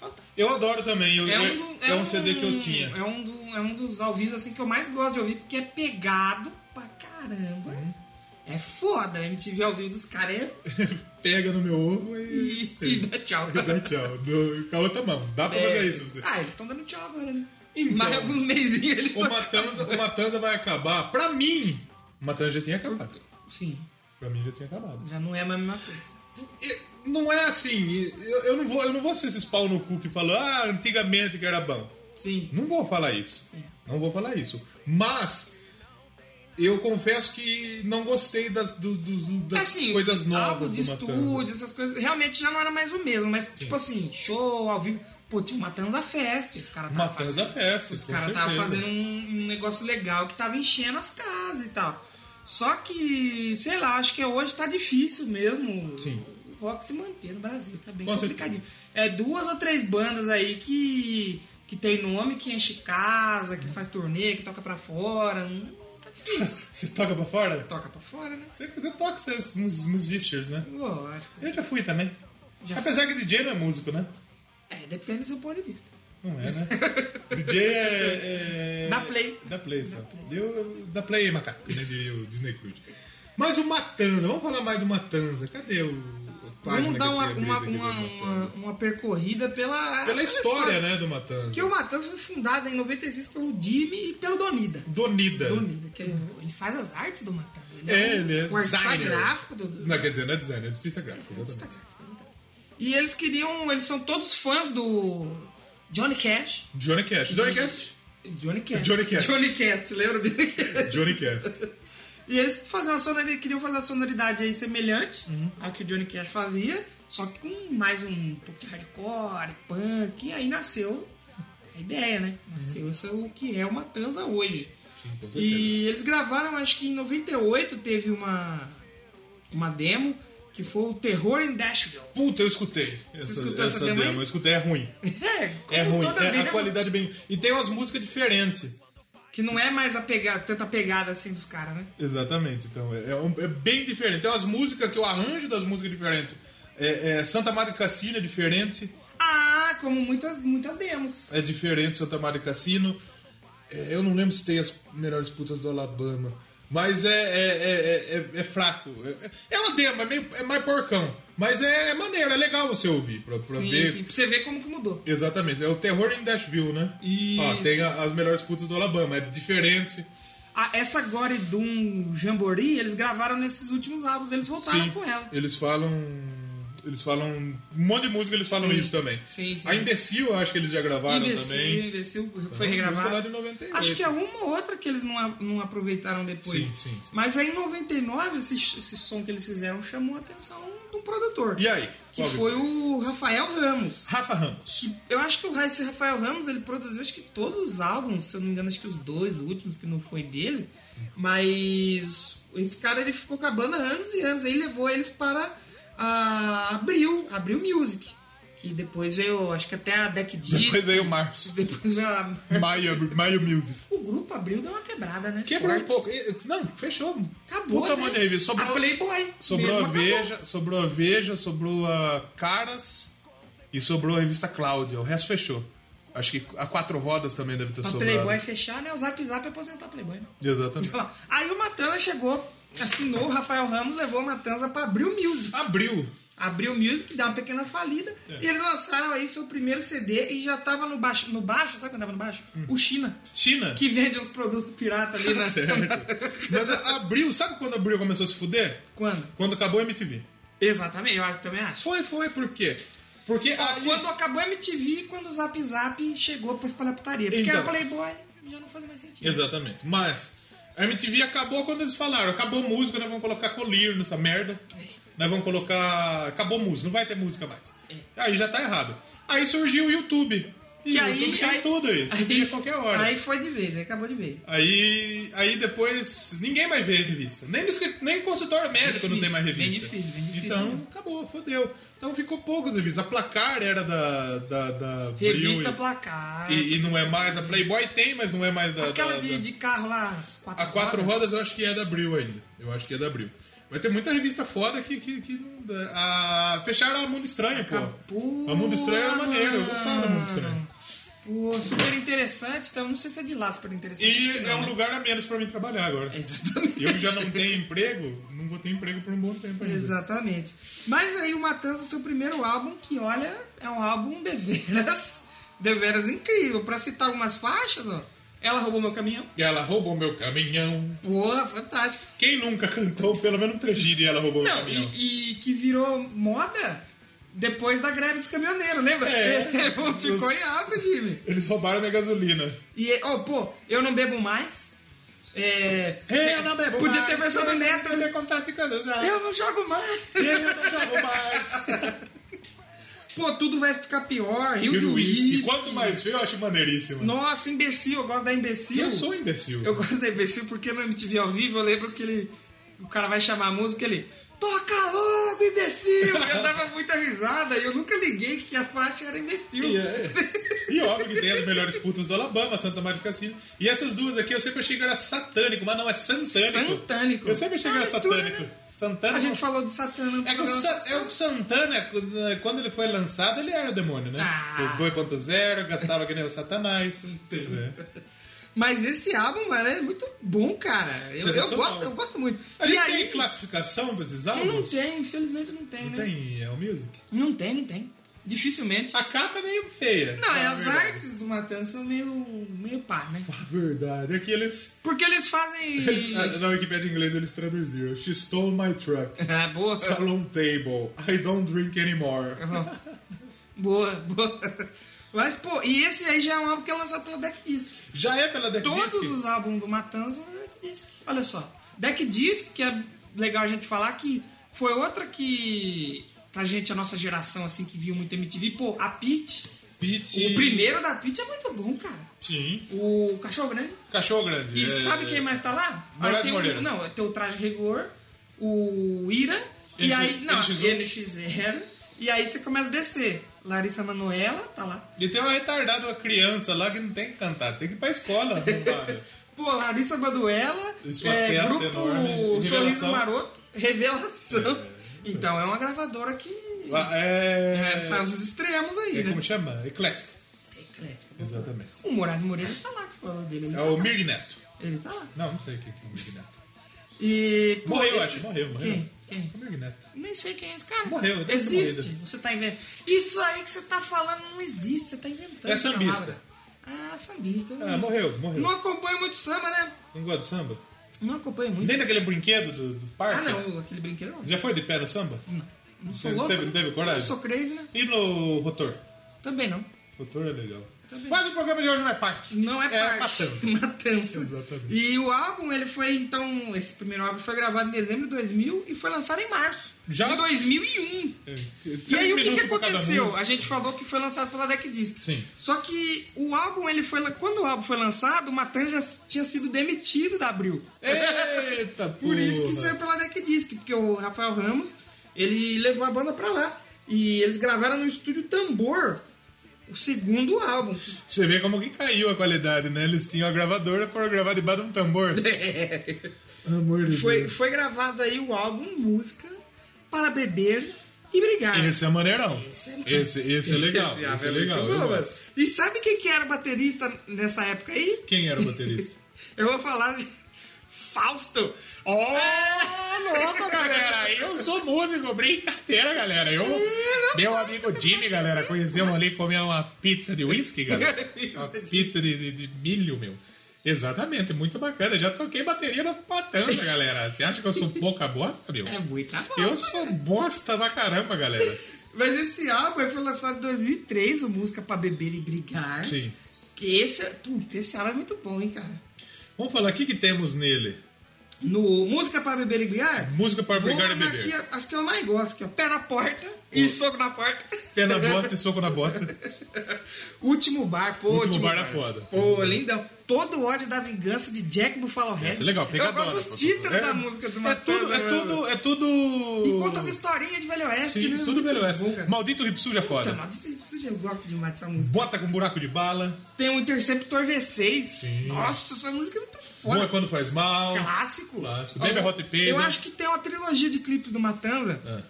fantástico.
Eu adoro também. eu- eu- é, um,
do-
CD que eu tinha.
É um, do- é um dos ao vivo assim, que eu mais gosto de ouvir, porque é pegado pra caramba.
Uhum.
É foda, o MTV ao vivo dos caras é...
Pega no meu ovo e.
e, e dá tchau.
Dá tchau. Do- com a outra mão. Dá pra fazer
É.
isso. então. Você.
Ah, eles estão dando tchau agora, né? Mais alguns meizinhos eles
O
estão.
Matanza, o Matanza vai acabar. Pra mim, o Matanza já tinha acabado.
Sim,
Pra mim já tinha acabado.
já não é mais a mesma coisa.
E não é assim. Eu, eu não vou, eu não vou ser esses pau no cu que falam, ah, antigamente que era bom.
Sim.
Não vou falar isso.
É.
Não vou falar isso. Mas. Eu confesso que não gostei das, do- do- das
assim,
coisas novas
álbuns de
do né? Matanza.
estúdio, essas coisas. Realmente já não era mais o mesmo, mas tipo assim, show ao vivo. Pô, tinha o Matanza Fest. Os caras estavam
Matanza
fazendo,
Fest,
os
é com
caras estavam
certeza.
fazendo um, um negócio legal que tava enchendo as casas e tal. Só que, sei lá, acho que hoje tá difícil mesmo.
Sim.
O rock se manter no Brasil, tá bem
Com
complicadinho. É duas ou três bandas aí que, que tem nome, que enche casa, que faz turnê, que toca pra fora. Hum, Tá difícil.
Você toca pra fora?
toca pra fora, né?
Você, você toca esses mus- musicians, né?
Lógico.
Eu já fui também.
Já
Apesar que DJ não é músico, né?
É, depende do seu ponto de vista.
Não é, né? DJ é, é-
Dá play.
Dá play, só. Dá play, Deu, dá play macaco, né? Diria o Disney Cruise. Mas o Matanza, vamos falar mais do Matanza. Cadê o, a página
Vamos dar
que eu
uma,
tinha
uma,
abrido
uma,
aqui do Matanza?
uma, uma percorrida pela,
Pela história, né, do Matanza.
Que o Matanzas foi fundado em 96 pelo Jimmy e pelo Donida.
Donida.
Donida, que ele faz as artes do Matanzas.
É, ele é
o artista
designer.
um gráfico do. do-
Não, quer dizer, não é design, é artista gráfico.
artista
Exatamente.
gráfico, exatamente. E eles queriam. Eles são todos fãs do Johnny Cash.
Johnny Cash. Johnny Cash?
Johnny Cash.
Johnny Cash.
Johnny Cash, lembra do Johnny Cash?
Johnny Cash.
E eles faziam uma sonoridade, queriam fazer uma sonoridade aí semelhante
Uhum.
ao que o Johnny Cash fazia, só que com mais um pouco de hardcore, punk, e aí nasceu a ideia, né?
Uhum.
Nasceu essa- o que é o Matanza hoje.
Sim, com certeza.
E eles gravaram, acho que em 98 teve uma, uma demo que foi o Terror em Nashville.
Puta, eu escutei.
escutou essa demo aí?
Eu escutei, é ruim.
É, como
é ruim.
toda
É,
demo,
a qualidade é bem. E tem umas músicas diferentes.
que não é mais a pega- tanta pegada assim dos caras, né?
Exatamente. Então, é, é um- é bem diferente. Tem umas músicas que o arranjo das músicas é diferente. É, é Santa Maria Cassino é diferente.
Ah, como muitas, muitas demos.
É diferente Santa Maria Cassino. É, eu não lembro se tem as melhores putas do Alabama. Mas é, é, é, é- é fraco. É, é uma demo, é, meio, é mais porcão. Mas é, maneiro, é legal você ouvir. Pra, pra
Sim,
ver
sim, pra você ver como que mudou.
Exatamente, é o terror em Nashville, né? Ó,
Isso.
tem a- as melhores putas do Alabama, é diferente.
Ah, essa Gore Doom Jamboree, eles gravaram nesses últimos álbuns, eles voltaram
Sim,
com ela.
eles falam. Eles falam. Um monte de música eles falam
Sim.
isso também.
Sim, sim.
A Imbecil, eu acho que eles já gravaram
Imbecil,
também.
imbecil, foi
Então, música lá
regravada.
de 98.
Acho que é uma ou outra que eles não, a- não aproveitaram depois.
Sim, sim, sim.
Mas aí em 99, esse, esse som que eles fizeram chamou a atenção de um produtor.
E aí?
Que
Qual
foi o Rafael Ramos.
Rafa Ramos.
Que eu acho que o esse Rafael Ramos ele produziu acho que todos os álbuns, se eu não me engano, acho que os dois últimos que não foi dele. Mas esse cara ele ficou com a banda anos e anos. Aí levou eles para a Abril, Abril Music. Que depois veio, acho que até a Deck
Depois
Disc.
veio o Março.
Depois veio a.
Maio, Maio Music.
O grupo Abril deu uma quebrada, né?
Quebrou um
Forte.
pouco. E- Não, fechou.
Acabou.
Puta
né?
maneira, viu? Sobrou-
A Playboy.
Sobrou
mesmo
a
acabou.
Veja, sobrou a Veja, sobrou a Caras e sobrou a revista Cláudia. O resto fechou. Acho que a Quatro Rodas também deve ter
Pra
sobrado.
Playboy fechar, né? O Zap Zap é aposentar a Playboy, né?
Exatamente.
Aí o Matanza chegou, assinou o Rafael Ramos, levou o Matanza pra Abril Music.
Abril.
Abril Music, dá uma pequena falida.
É.
E eles lançaram aí seu primeiro CD e já tava no baixo. No baixo, sabe quando tava no baixo?
Hum.
O China,
China.
que vende uns produtos pirata ali né? na.
Tá certo. Mas a- abril, sabe quando abril começou a se fuder?
Quando?
Quando acabou a MTV.
Exatamente, eu acho- também acho.
Foi, foi, por quê? Porque aí-
Ah, Quando acabou a MTV, quando o Zap Zap chegou pra espalhar putaria. Porque
Então.
a Playboy já não fazia mais sentido.
Exatamente. Mas a MTV acabou quando eles falaram: acabou música, nós vamos colocar colírio nessa merda.
É.
Nós vamos colocar. Acabou música, não vai ter música mais. Aí já tá errado. Aí surgiu o YouTube. E
É. Que
o
aí-
YouTube tem
aí-
tudo aí. Aí, a qualquer hora.
Aí
Aí,
foi de vez, aí acabou de vez.
aí, depois ninguém mais vê a revista. Nem, no escrit- nem consultório médico não
É Difícil,
tem mais
bem
revista.
difícil, bem difícil
Então
mesmo.
acabou, fodeu. Então ficou poucas revistas. A placar era da. da, da Abril
Revista
e-
Placar.
e, e não é mais. A Playboy tem, mas não é mais da.
Aquela
da-
de,
da-
de carro lá, as quatro
a quatro rodas eu acho que é da Abril ainda. Eu acho que é da Abril. Mas tem muita revista foda que. que, que não dá. a... Fecharam a Mundo Estranho, pô.
Acabou,
A Mundo Estranho era maneiro, eu gostava da Mundo
mano.
Estranho.
Pô, super interessante, então não sei se é de lá super interessante. acho
E
que
é
não,
um
né?
lugar a menos pra mim trabalhar agora.
É. Exatamente.
Eu que já não tenho emprego, não vou ter emprego por um bom tempo ainda.
Exatamente. Mas aí o Matanza, seu primeiro álbum, que olha, é um álbum deveras, deveras incrível. Pra citar algumas faixas, ó. Ela roubou meu caminhão.
E ela roubou meu caminhão.
Porra, fantástico.
Quem nunca cantou pelo menos um trechinho de ela roubou meu
Não,
caminhão?
e, e que virou moda depois da greve dos caminhoneiros, lembra?
É.
Ficou em alta, Jimmy.
Eles roubaram minha gasolina.
E, oh, pô, eu não bebo mais. É, podia ter versão do Neto. né?
ter contato com Deus.
Eu não jogo mais.
Eu não jogo mais.
Pô, tudo vai ficar pior. Rio,
E
de
do uísque.
uísque.
Quanto mais feio, eu acho maneiríssimo.
Nossa, imbecil. Eu gosto da imbecil.
Eu sou um imbecil.
Eu gosto da imbecil porque no MTV ao vivo eu lembro que ele... O cara vai chamar a música ele... Toca logo, imbecil! Eu dava muita risada e eu nunca liguei que a faixa era imbecil.
E, é- e óbvio que tem as melhores putas do Alabama, Santa Maria do Cassino. E essas duas aqui eu sempre achei que era satânico, mas não, é santânico.
Santânico.
Eu sempre achei que
É uma
era
mistura,
satânico.
né?
Santana.
A
não-
gente falou do Satana. no
É que o,
programa
Sa- é
passado.
o Santana, quando- quando ele foi lançado, ele era o demônio, né?
Ah.
O 2.0, gastava que nem o Satanás. né?
Mas esse álbum, mano, é muito bom, cara. Eu, eu,
Sensacional.
gosto, eu gosto muito.
A
e
gente
aí,
tem classificação pra esses
eu não
álbuns?
tem, infelizmente não tem,
Não
né?
tem El Music?
Não tem, não tem. Dificilmente.
A capa é meio feia.
Não, é,
na
as
verdade.
artes do Matanza são meio, meio par, né?
A verdade é que eles...
Porque eles fazem.
eles- ah, na Wikipedia em inglês eles traduziram. She stole my truck.
Ah, boa.
Salon table. I don't drink anymore.
Boa, boa. Mas, pô, e esse aí já é um álbum que é lançado pela Deck Disc.
Já é pela Deck
Todos
Disc?
os álbuns do Matanza é Deck Disc. Olha só. Deck Disc, que é legal a gente falar, que foi outra que, pra gente, a nossa geração, assim, que viu muito MTV, pô, a Pete.
Pete-
O primeiro da Pete é muito bom, cara.
Sim.
O Cachorro Grande.
Cachorro Grande.
E
é-
sabe quem mais tá lá? Aí
Moraes
tem
Moreira.
O, não, tem o Traje Rigor, o Ira, e
NX-
aí. Não,
NX1.
NX0. E aí você começa a descer. Larissa Manoela tá lá.
E tem uma retardada, uma criança lá que não tem que cantar. Tem que ir pra escola. né? arrombada.
Pô, Larissa Manuela,
E sua
é,
festa
grupo
enorme.
Sorriso
Revelação.
Maroto, Revelação. Então é uma gravadora que
Lá é...
é, faz os extremos aí,
É
né?
como chama? Eclético.
É eclética.
Exatamente.
O Moraes Moreira tá lá, que você falou dele. Ele,
É o Mirg Neto.
ele tá lá.
Não, não sei quem que é o Mirg Neto.
E, pô,
Morreu,
esse-
acho. Morreu, morreu.
Quem? Quem?
É O Mirg Neto.
Nem sei quem é esse cara.
Morreu, deve ter
Existe.
morrido.
Você tá inventando. Isso aí que você tá falando não existe, você tá inventando.
É
essa
sambista.
palavra. Ah, sambista. Eu
Ah,
não-
morreu, morreu.
Não
Não,
acompanho muito samba, né?
gosta de samba?
Não acompanho muito.
Nem daquele brinquedo do, do
Ah,
parque?
não, aquele brinquedo não.
Já foi de pé no samba?
Não sou
Você
louco.
teve-
né?
teve coragem?
Não sou crazy, né?
E no rotor?
Também não.
Rotor é legal.
Também.
Mas o programa de hoje não é parte.
Não é,
é
parte.
matança.
Matança.
Exatamente.
E o álbum, ele foi, então, esse primeiro álbum foi gravado em dezembro de 2000 e foi lançado em março
Já?
de 2001.
É,
E
três
aí o que, que
minutos por cada
aconteceu?
música.
A gente falou que foi lançado pela Deck Disc.
Sim.
Só que o álbum, ele foi. Quando o álbum foi lançado, o Matan já tinha sido demitido da Abril.
Eita,
Por isso que saiu
você...
pela Deck Disc, porque o Rafael Ramos, ele levou a banda pra lá. E eles gravaram no estúdio Tambor o segundo álbum.
Você vê como que caiu a qualidade, né? Eles tinham a gravadora foram gravar debaixo de um tambor. Amor de
Foi,
Deus.
foi gravado aí o álbum Música para Beber e Brigar.
Esse é maneirão.
Esse
Esse,
é-
esse, é legal.
Esse álbum
Esse é
muito
legal.
bom,
eu
mano.
gosto.
E sabe quem que era baterista nessa época aí?
Quem era o baterista?
Eu vou falar de Fausto.
Ô, Ah, louco, galera! Eu sou músico, brincadeira, galera. Eu, meu amigo Jimmy, galera, conhecemos ali comendo uma pizza de whisky, galera. Uma pizza de, de- de milho, meu. Exatamente, muito bacana. Já toquei bateria na patanta, galera. Você acha que eu sou um pouca bosta, meu?
É muita boa.
Eu sou bosta pra caramba, galera.
Mas esse álbum aí foi lançado em 2003, o Música para Beber e Brigar.
Sim.
Que esse, putz, esse álbum é muito bom, hein, cara.
Vamos falar o que, que temos nele.
No Música para Beber e Brigar,
Música para
vou
brigar e
mandar
beber.
aqui as que eu mais gosto, que é Pé na Porta e Soco na Porta.
Pé na bota e soco na bota.
Último Bar, pô.
Último Bar é foda.
Pô, lindão. Todo o ódio da vingança de Jack Buffalo Red.
Essa é legal,
Eu
pegadora.
gosto dos títulos
É-
da música do
É
Matanza.
tudo, é
mano.
tudo, é tudo...
E conta as historinhas de Velho Oeste,
Sim,
né?
tudo Velho Oeste.
Bom, cara.
Maldito Ripsuja
Puta,
foda.
mas isso eu gosto demais dessa música.
Bota com buraco de bala.
Tem o Interceptor V6.
Sim.
Nossa, essa música é muito
Boa
foda.
quando faz mal.
Clássico.
Clássico. Bebe a Hot Pena.
Eu acho que tem uma trilogia de clipes do Matanza
Ah,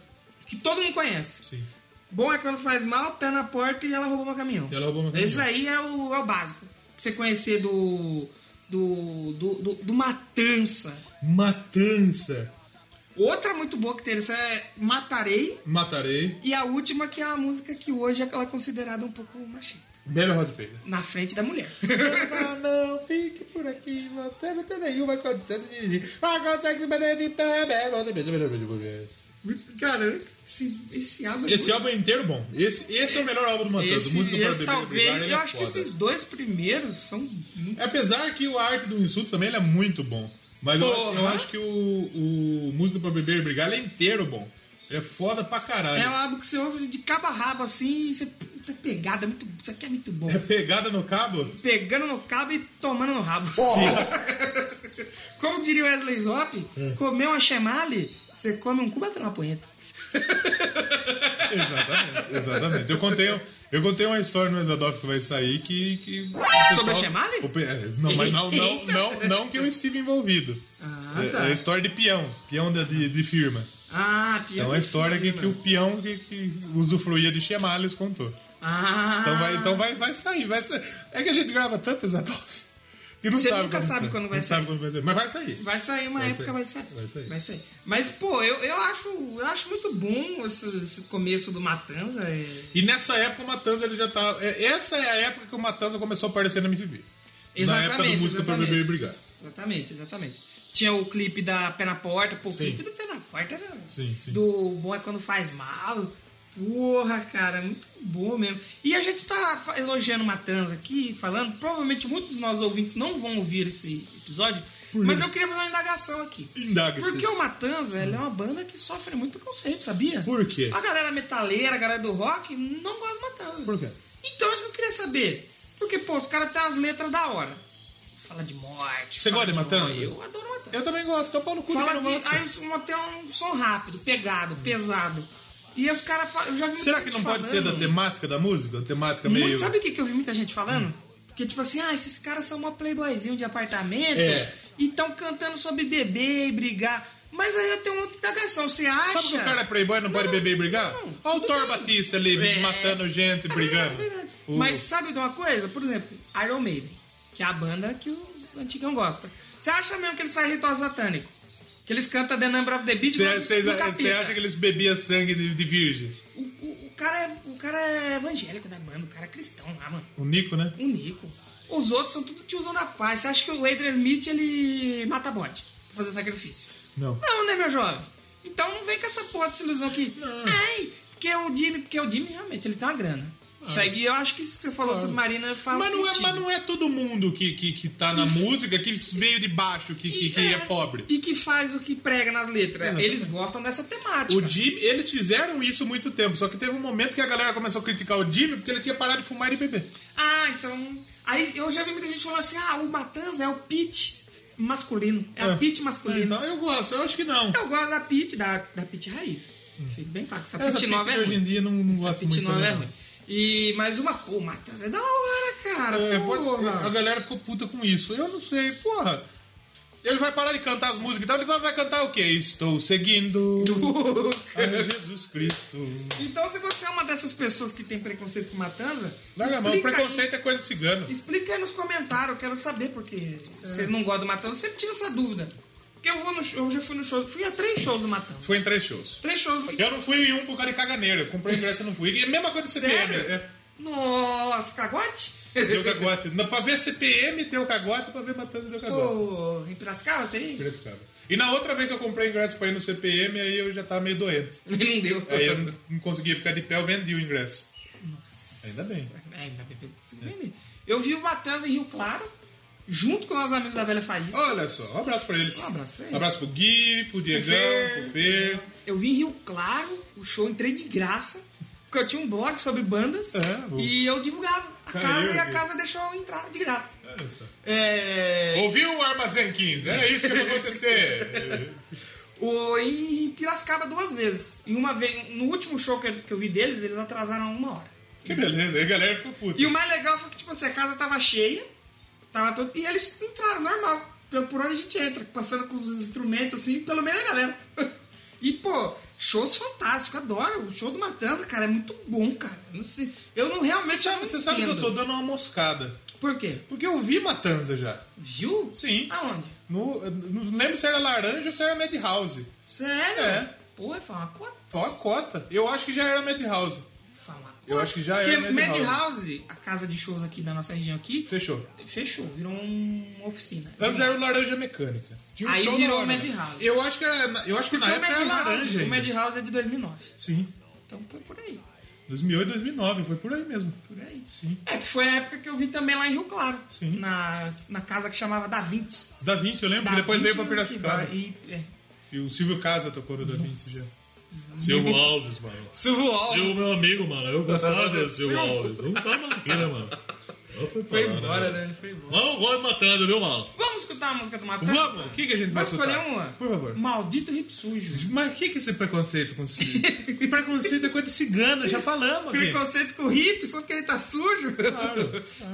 que todo mundo conhece.
sim.
Bom é quando faz mal, pé na porta e ela roubou meu caminhão.
E ela roubou meu caminhão.
Esse aí é o, é o básico. Pra você conhecer do. Do, do, do, do Matança.
Matança.
Outra muito boa que tem essa é Matarei.
Matarei.
E a última, que é a música que hoje ela é considerada um pouco machista.
Bebe a Hot Pena.
Na frente da mulher.
Ah, não, fique por aqui. Você não tem nenhuma condição de dirigir. Mas consegue se bater de pé. bebe a Hot Pena.
Muito- Cara, esse, esse álbum é
Esse álbum é inteiro bom. Esse, esse é o melhor álbum do Matanza.
Esse,
Música para
esse
Beber e
talvez,
Brigar, ele
eu
é
acho
foda.
que esses dois primeiros são.
Apesar que o Arte do Insulto também ele é muito bom. Mas eu, eu
Porra.
acho que o, o Música pra Beber e Brigar ele é inteiro bom. Ele é foda pra caralho.
É um álbum que você ouve de cabo a rabo assim, e você. Puta pegada, é muito, isso aqui é muito bom.
É pegada no cabo?
Pegando no cabo e tomando no rabo. Como diria o Wesley Zop,
É.
comer uma chemale, você come um cuba e uma punheta.
exatamente, exatamente. Eu contei, eu contei uma história no Exadoff que vai sair que. que o
Sobre a Chemale?
o pe- é, Não, mas não, não,
Eita.
não, não que eu estive envolvido.
Ah,
É-
tá.
é, a história de peão, peão da- de, de firma.
Ah, tinha.
É uma
que- né?
história que, que o peão que, que usufruía de Chemales contou.
Ah,
Então vai, então vai, vai sair, vai sair. É que a gente grava tanto Exadoff. E não
Você
sabe
nunca
quando
sabe
sai.
quando vai
Não
sair.
sabe quando vai sair. Mas vai sair.
Vai sair uma
Vai
época,
sair.
vai sair.
Vai sair.
Mas, pô, eu, eu, acho, eu acho muito bom esse, esse começo do Matanza. é-
E nessa época o Matanza ele já tá. é- Essa é a época que o Matanza começou a aparecer na MTV.
Exatamente,
Na época do Música pra
exatamente.
Beber e Brigar.
Exatamente, exatamente. Tinha o clipe da Pé na Porta, pô, o
Sim.
clipe do Pé na Porta era
Sim, sim.
do Bom é Quando Faz Mal. Porra, cara, muito bom mesmo. E a gente tá fa- elogiando o Matanza aqui, falando. Provavelmente muitos dos nossos ouvintes não vão ouvir esse episódio, mas eu queria fazer uma indagação aqui.
Indaga
Porque o Matanza ela é uma banda que sofre muito preconceito, sabia?
Por quê?
A galera metaleira, a galera do rock, não gosta do Matanza.
Por quê?
Então isso que eu queria saber. Porque, pô, os caras têm as letras da hora. Fala de morte.
Você
fala
gosta de Matanza?
Eu adoro Matanza.
Eu também gosto, então pau no cu de quem
Fala
não
de.
gosta.
Aí um- até um som rápido, pegado, pesado. E os caras falam. Eu já vi muita
Hum. Será que
gente
não pode
tá falando-
ser da temática da música? Uma temática
Muito-
meio. Hum.
Sabe o que, que eu vi muita gente falando? Que tipo assim, ah, esses caras são uma playboyzinho de apartamento
É.
e tão cantando sobre beber e brigar. Mas aí um eu tenho uma outra indagação. Você acha.
Sabe que o cara é playboy não, pode beber e brigar?
não,
Olha o
tudo
Thor
bem.
Batista ali
É.
matando gente,
É
brigando.
verdade, é verdade.
O-
Mas sabe de uma coisa? Por exemplo, Iron Maiden, que é a banda que os antigão gosta. Você acha mesmo que eles fazem ritual satânico? Que eles cantam The Number of the Beast
Você
mas no
você
capeta.
acha que eles bebiam sangue de, de virgem?
o, o- o cara é, o cara é evangélico da banda, o cara é cristão lá, mano.
O Nico, né?
O Nico. Os outros são tudo tiozão da paz. Você acha que o Adrian Smith, ele mata bode pra fazer sacrifício?
Não.
Não, né, meu jovem? Então não vem com essa porra dessa ilusão que.
Não.
Ai, porque o Jimmy, porque o Jimmy realmente ele tem uma grana. Isso aí eu acho que isso que você falou sobre Marina faz
Mas não, é,
sentido.
mas não é todo mundo que, que, que tá na música que veio de baixo, que, que, que é pobre. É.
E que faz o que prega nas letras. Eles gostam dessa temática.
O Jimmy, eles fizeram isso há muito tempo, só que teve um momento que a galera começou a criticar o Jimmy porque ele tinha parado de fumar e beber.
Ah, então. Aí eu já vi muita gente falando assim: ah, o Matanza é o Pit masculino. É, a
É.
Pit masculina.
Então eu gosto, eu acho que não.
Eu gosto da Pit, da, da Pit raiz. Fico bem claro. que Essa,
Hum. Essa
Pit nova é
Pitty hoje em
ruim.
dia não, não
Essa
gosto
Pit
muito.
nova é
também,
ruim. E mais uma, pô, o Matanza é da hora, cara.
não. É, pô,
porra.
a galera ficou puta com isso. Eu não sei, porra. Ele vai parar de cantar as músicas, então ele vai cantar o quê? Estou seguindo a Jesus Cristo.
Então, se você é uma dessas pessoas que tem preconceito com Matanza,
Larga a mão,
explica aí.
preconceito é coisa de cigano.
Explica aí nos comentários, eu quero saber porque
É.
vocês não gostam do Matanza. Eu sempre tive essa dúvida. Porque eu, vou no show, eu já fui no show, fui a três shows do Matanza.
Foi em três shows.
Três shows do
Eu não fui em um por causa de caganeira. Eu comprei ingresso e não fui. E a mesma coisa de CPM.
Sério?
É,
Nossa, cagote?
deu cagote. Na- Pra ver CPM deu cagote, pra ver Matanza deu cagote.
Pô, em Piracicaba, isso aí?
Piracicaba. E na outra vez que eu comprei ingresso pra ir no CPM, aí eu já tava meio doente.
Não deu.
Aí É, eu não- não conseguia ficar de pé, eu vendi o ingresso. Ainda bem.
É, ainda bem que eu consigo vender. Eu vi o Matanza em Rio Claro, junto com os amigos da Velha Faísca.
Olha só, um abraço pra eles.
Um abraço pra eles.
Um abraço pro Gui, pro Diegão,
Fer.
pro Fer.
Eu vim em Rio Claro, o show entrei de graça, porque eu tinha um blog sobre bandas
É, bom.
e eu divulgava a
Cara,
casa
eu
e a
vi.
casa deixou eu entrar de graça.
Olha só.
É,
Ouviu o Armazém 15? É isso que vai acontecer.
o, em Piracicaba duas vezes. E uma vez, no último show que eu, que eu vi deles, eles atrasaram uma hora.
que beleza. Aí a galera ficou puta.
E o mais legal foi que, tipo assim, a casa tava cheia, tava todo. E eles entraram, normal. Pelo- Por onde a gente entra, passando com os instrumentos, assim, pelo meio da galera. E, pô, shows fantásticos, adoro. O show do Matanza, cara, é muito bom, cara. Eu Não sei. Eu não realmente.
Você sabe,
não
você sabe que eu
entendo.
tô dando uma moscada.
Por quê?
Porque eu vi Matanza já.
Viu?
Sim.
Aonde?
No- eu não lembro se era laranja ou se era Madhouse.
Sério?
É.
Pô, foi uma cota.
Foi uma cota. Eu acho que já era Madhouse.
Foi uma cota.
Eu acho que já é, né,
Porque
era Madhouse.
Madhouse, a casa de shows aqui da nossa região aqui,
Fechou.
fechou, virou um- uma oficina.
Antes era o Laranja Mecânica. Tinha
Aí
show
virou
da hora, né?
Madhouse.
Eu acho que era. na- Eu acho que na
Porque o
época era
Madhouse,
laranja.
o
ainda.
Madhouse é de 2009.
Sim.
Então foi por aí.
2008, 2009. Foi por aí mesmo.
Por aí.
Sim.
É que foi a época que eu vi também lá em Rio Claro.
Sim.
Na, na casa que chamava Da 20.
Da 20, eu lembro.
Da
que depois
20
veio pra
no
Piracicaba.
Atibaia. E, é.
E o Silvio Casa tocou no Da 20 já. Silvio Alves, mano.
Silvio Alves.
meu amigo, mano. Eu gostava de
Silvio Alves.
Não tá aqui, né, mano?
Foi embora, né? Foi embora.
Não vai matando, viu, mano?
Vamos escutar a música do Matanza?
Vamos! O que, que a gente vai
Vamos escolher
escutar?
uma?
Por favor.
Maldito Hip Sujo.
Mas o que, que é esse preconceito com cigano? preconceito é coisa de cigano, já falamos aqui.
Preconceito com hip, só porque ele tá sujo.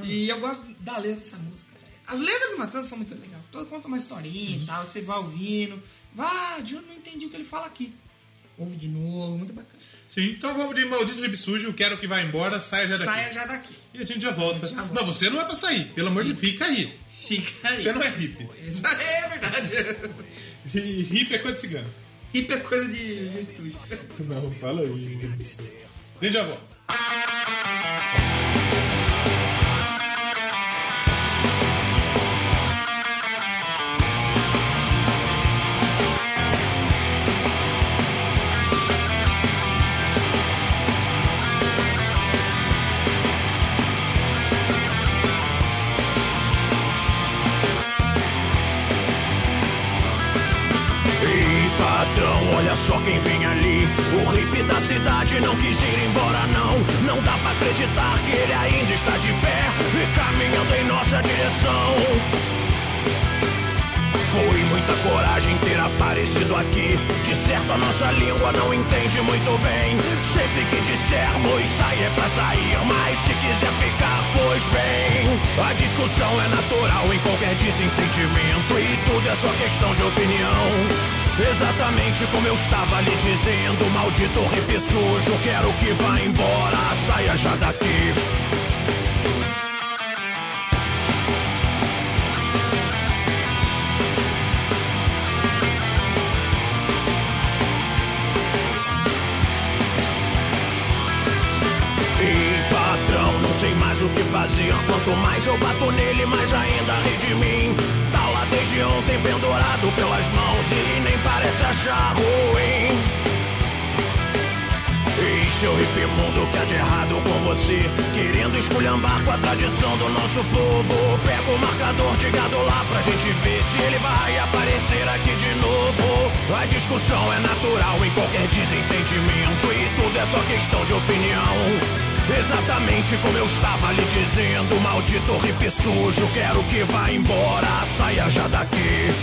E eu gosto da letra dessa música. velho. As letras do Matanza são muito legais. Todo conta uma historinha
Uhum.
e tal, você vai ouvindo. Vá, eu não entendi o que ele fala aqui. Ouve de novo, muito bacana.
Sim, então vamos de maldito rib sujo, quero que vá embora, saia já daqui.
Saia já daqui.
E a gente já volta.
já volta.
Não, você não é pra sair, pelo amor de Deus, fica aí.
Fica aí.
Você não é hippie.
Isso aí é verdade.
E hippie é coisa de cigano.
Hip é coisa de gente suja.
Não, fala aí. A gente já volta.
Ei, patrão, olha só quem vem ali. O hippie da cidade não quis ir embora, não. Não dá pra acreditar que ele ainda está de pé e caminhando em nossa direção. Foi muita coragem ter aparecido aqui. De certo, a nossa língua não entende muito bem. Sempre que dissermos sair é pra sair, mas se quiser ficar, pois bem. A discussão é natural em qualquer desentendimento e tudo é só questão de opinião. Exatamente como eu estava lhe dizendo, maldito hippie sujo, quero que vá embora, saia já daqui. Ei, patrão, não sei mais o que fazer. Quanto mais eu bato nele, mais ainda ri de mim. Tá lá desde ontem pendurado pelas mãos e nem parece achar ruim. E seu hippie mundo que há de errado com você Querendo esculhambar com a tradição do nosso povo Pega o marcador de gado lá pra gente ver se ele vai aparecer aqui de novo A discussão é natural em qualquer desentendimento E tudo é só questão de opinião Exatamente como eu estava lhe dizendo Maldito hippie sujo, quero que vá embora Saia já daqui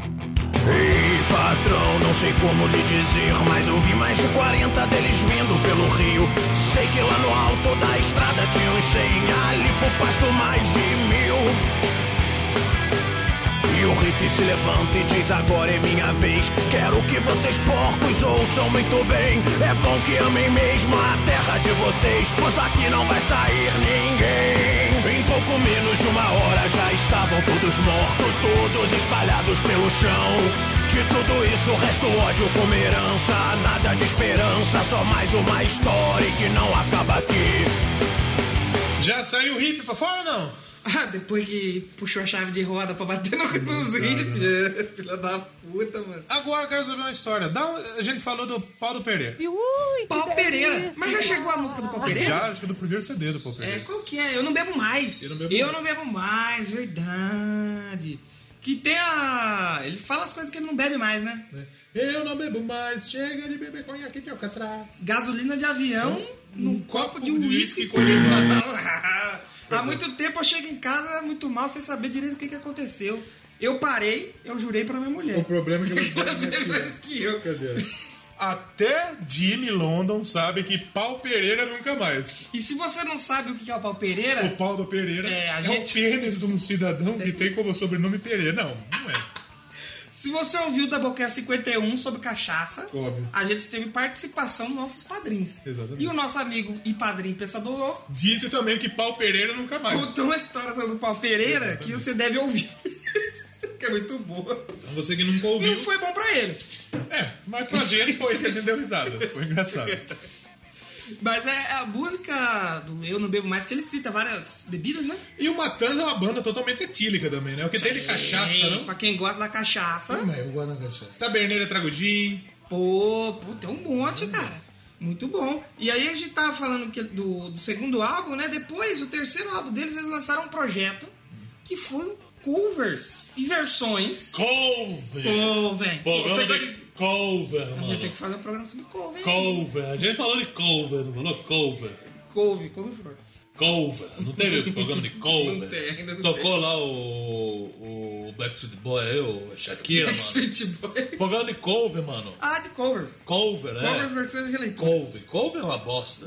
Ei, patrão, não sei como lhe dizer, mas eu vi mais de 40 deles vindo pelo rio. Sei que lá no alto da estrada tinha uns 100 ali pro pasto mais de mil. E o hippie se levanta e diz agora é minha vez Quero que vocês porcos ouçam muito bem É bom que amem mesmo a terra de vocês Pois daqui não vai sair ninguém Em pouco menos de uma hora já estavam todos mortos Todos espalhados pelo chão De tudo isso resta o ódio como herança Nada de esperança, só mais uma história que não acaba aqui
Já saiu o hippie pra fora ou não?
Ah, depois que puxou a chave de roda pra bater no, nos
né?
hippies. Filha da puta, mano.
Agora eu quero saber uma história. Dá um- a gente falou do Paulo Pereira.
Ui, que
Pau Pereira.
delícia.
Mas já chegou a música do Pau Pereira?
Já, acho que do primeiro CD do Paulo
É,
Pereira.
qual que é? Eu não bebo mais.
Eu não bebo mais.
não bebo mais, verdade. Que tem a. Ele fala as coisas que ele não bebe mais, né?
Eu não bebo mais, chega de beber é conhaque de alcatraz.
Gasolina de avião num copo de
Um copo de
uísque
uísque
com
com
limão. Há muito tempo eu chego em casa muito mal, sem saber direito o que, que aconteceu. Eu parei, eu jurei pra minha mulher.
O problema é que eu
Ela
não bebo
bebe mais
mais.
que eu.
Cadê? Até Jimmy London sabe que pau Pereira nunca mais.
E se você não sabe o que é o pau Pereira,
O Paulo Pereira
É,
é,
a
o
gente-
pênis de um cidadão que tem como sobrenome Pereira. Não, não é.
se você ouviu o Doublecast 51 sobre cachaça,
Óbvio.
a gente teve participação dos nossos padrinhos.
Exatamente.
E o nosso amigo e padrinho Pensador Louco
Dizem também que pau Pereira nunca mais.
contou uma história sobre o pau Pereira que você deve ouvir. que é muito boa.
Então você que nunca
E
ouviu.
não foi bom pra ele.
É, mas pra gente foi que a gente deu risada. Foi engraçado.
Mas é a música do Eu Não Bebo Mais que ele cita várias bebidas, né?
E o Matanza é uma banda totalmente etílica também, né? O que tem de cachaça, né? tá
Tem,
não?
Pra quem gosta da cachaça.
Mas eu gosto da cachaça. Taberneira Tragudinho.
Pô, pô, tem um monte, cara. Muito bom. E aí a gente tava falando que do, do segundo álbum, né? Depois, o terceiro álbum deles, eles lançaram um projeto que foi covers e versões.
Couve.
Cover. Pô,
Programa
você
de
gosta de-
couve,
A gente tem
mano.
que fazer um programa sobre cover. hein?
Couve. A gente falou de couve, não falou couve.
Couve, couve flor.
Cover. Não teve programa de Cover?
Não tem, ainda não
Tocou lá o, o Backstreet Boy, aí, o Shakira, mano.
Backstreet Boy.
Programa de Cover, mano.
Ah, de covers.
Cover, é.
Covers versões releituras.
Cover. Cover é uma bosta.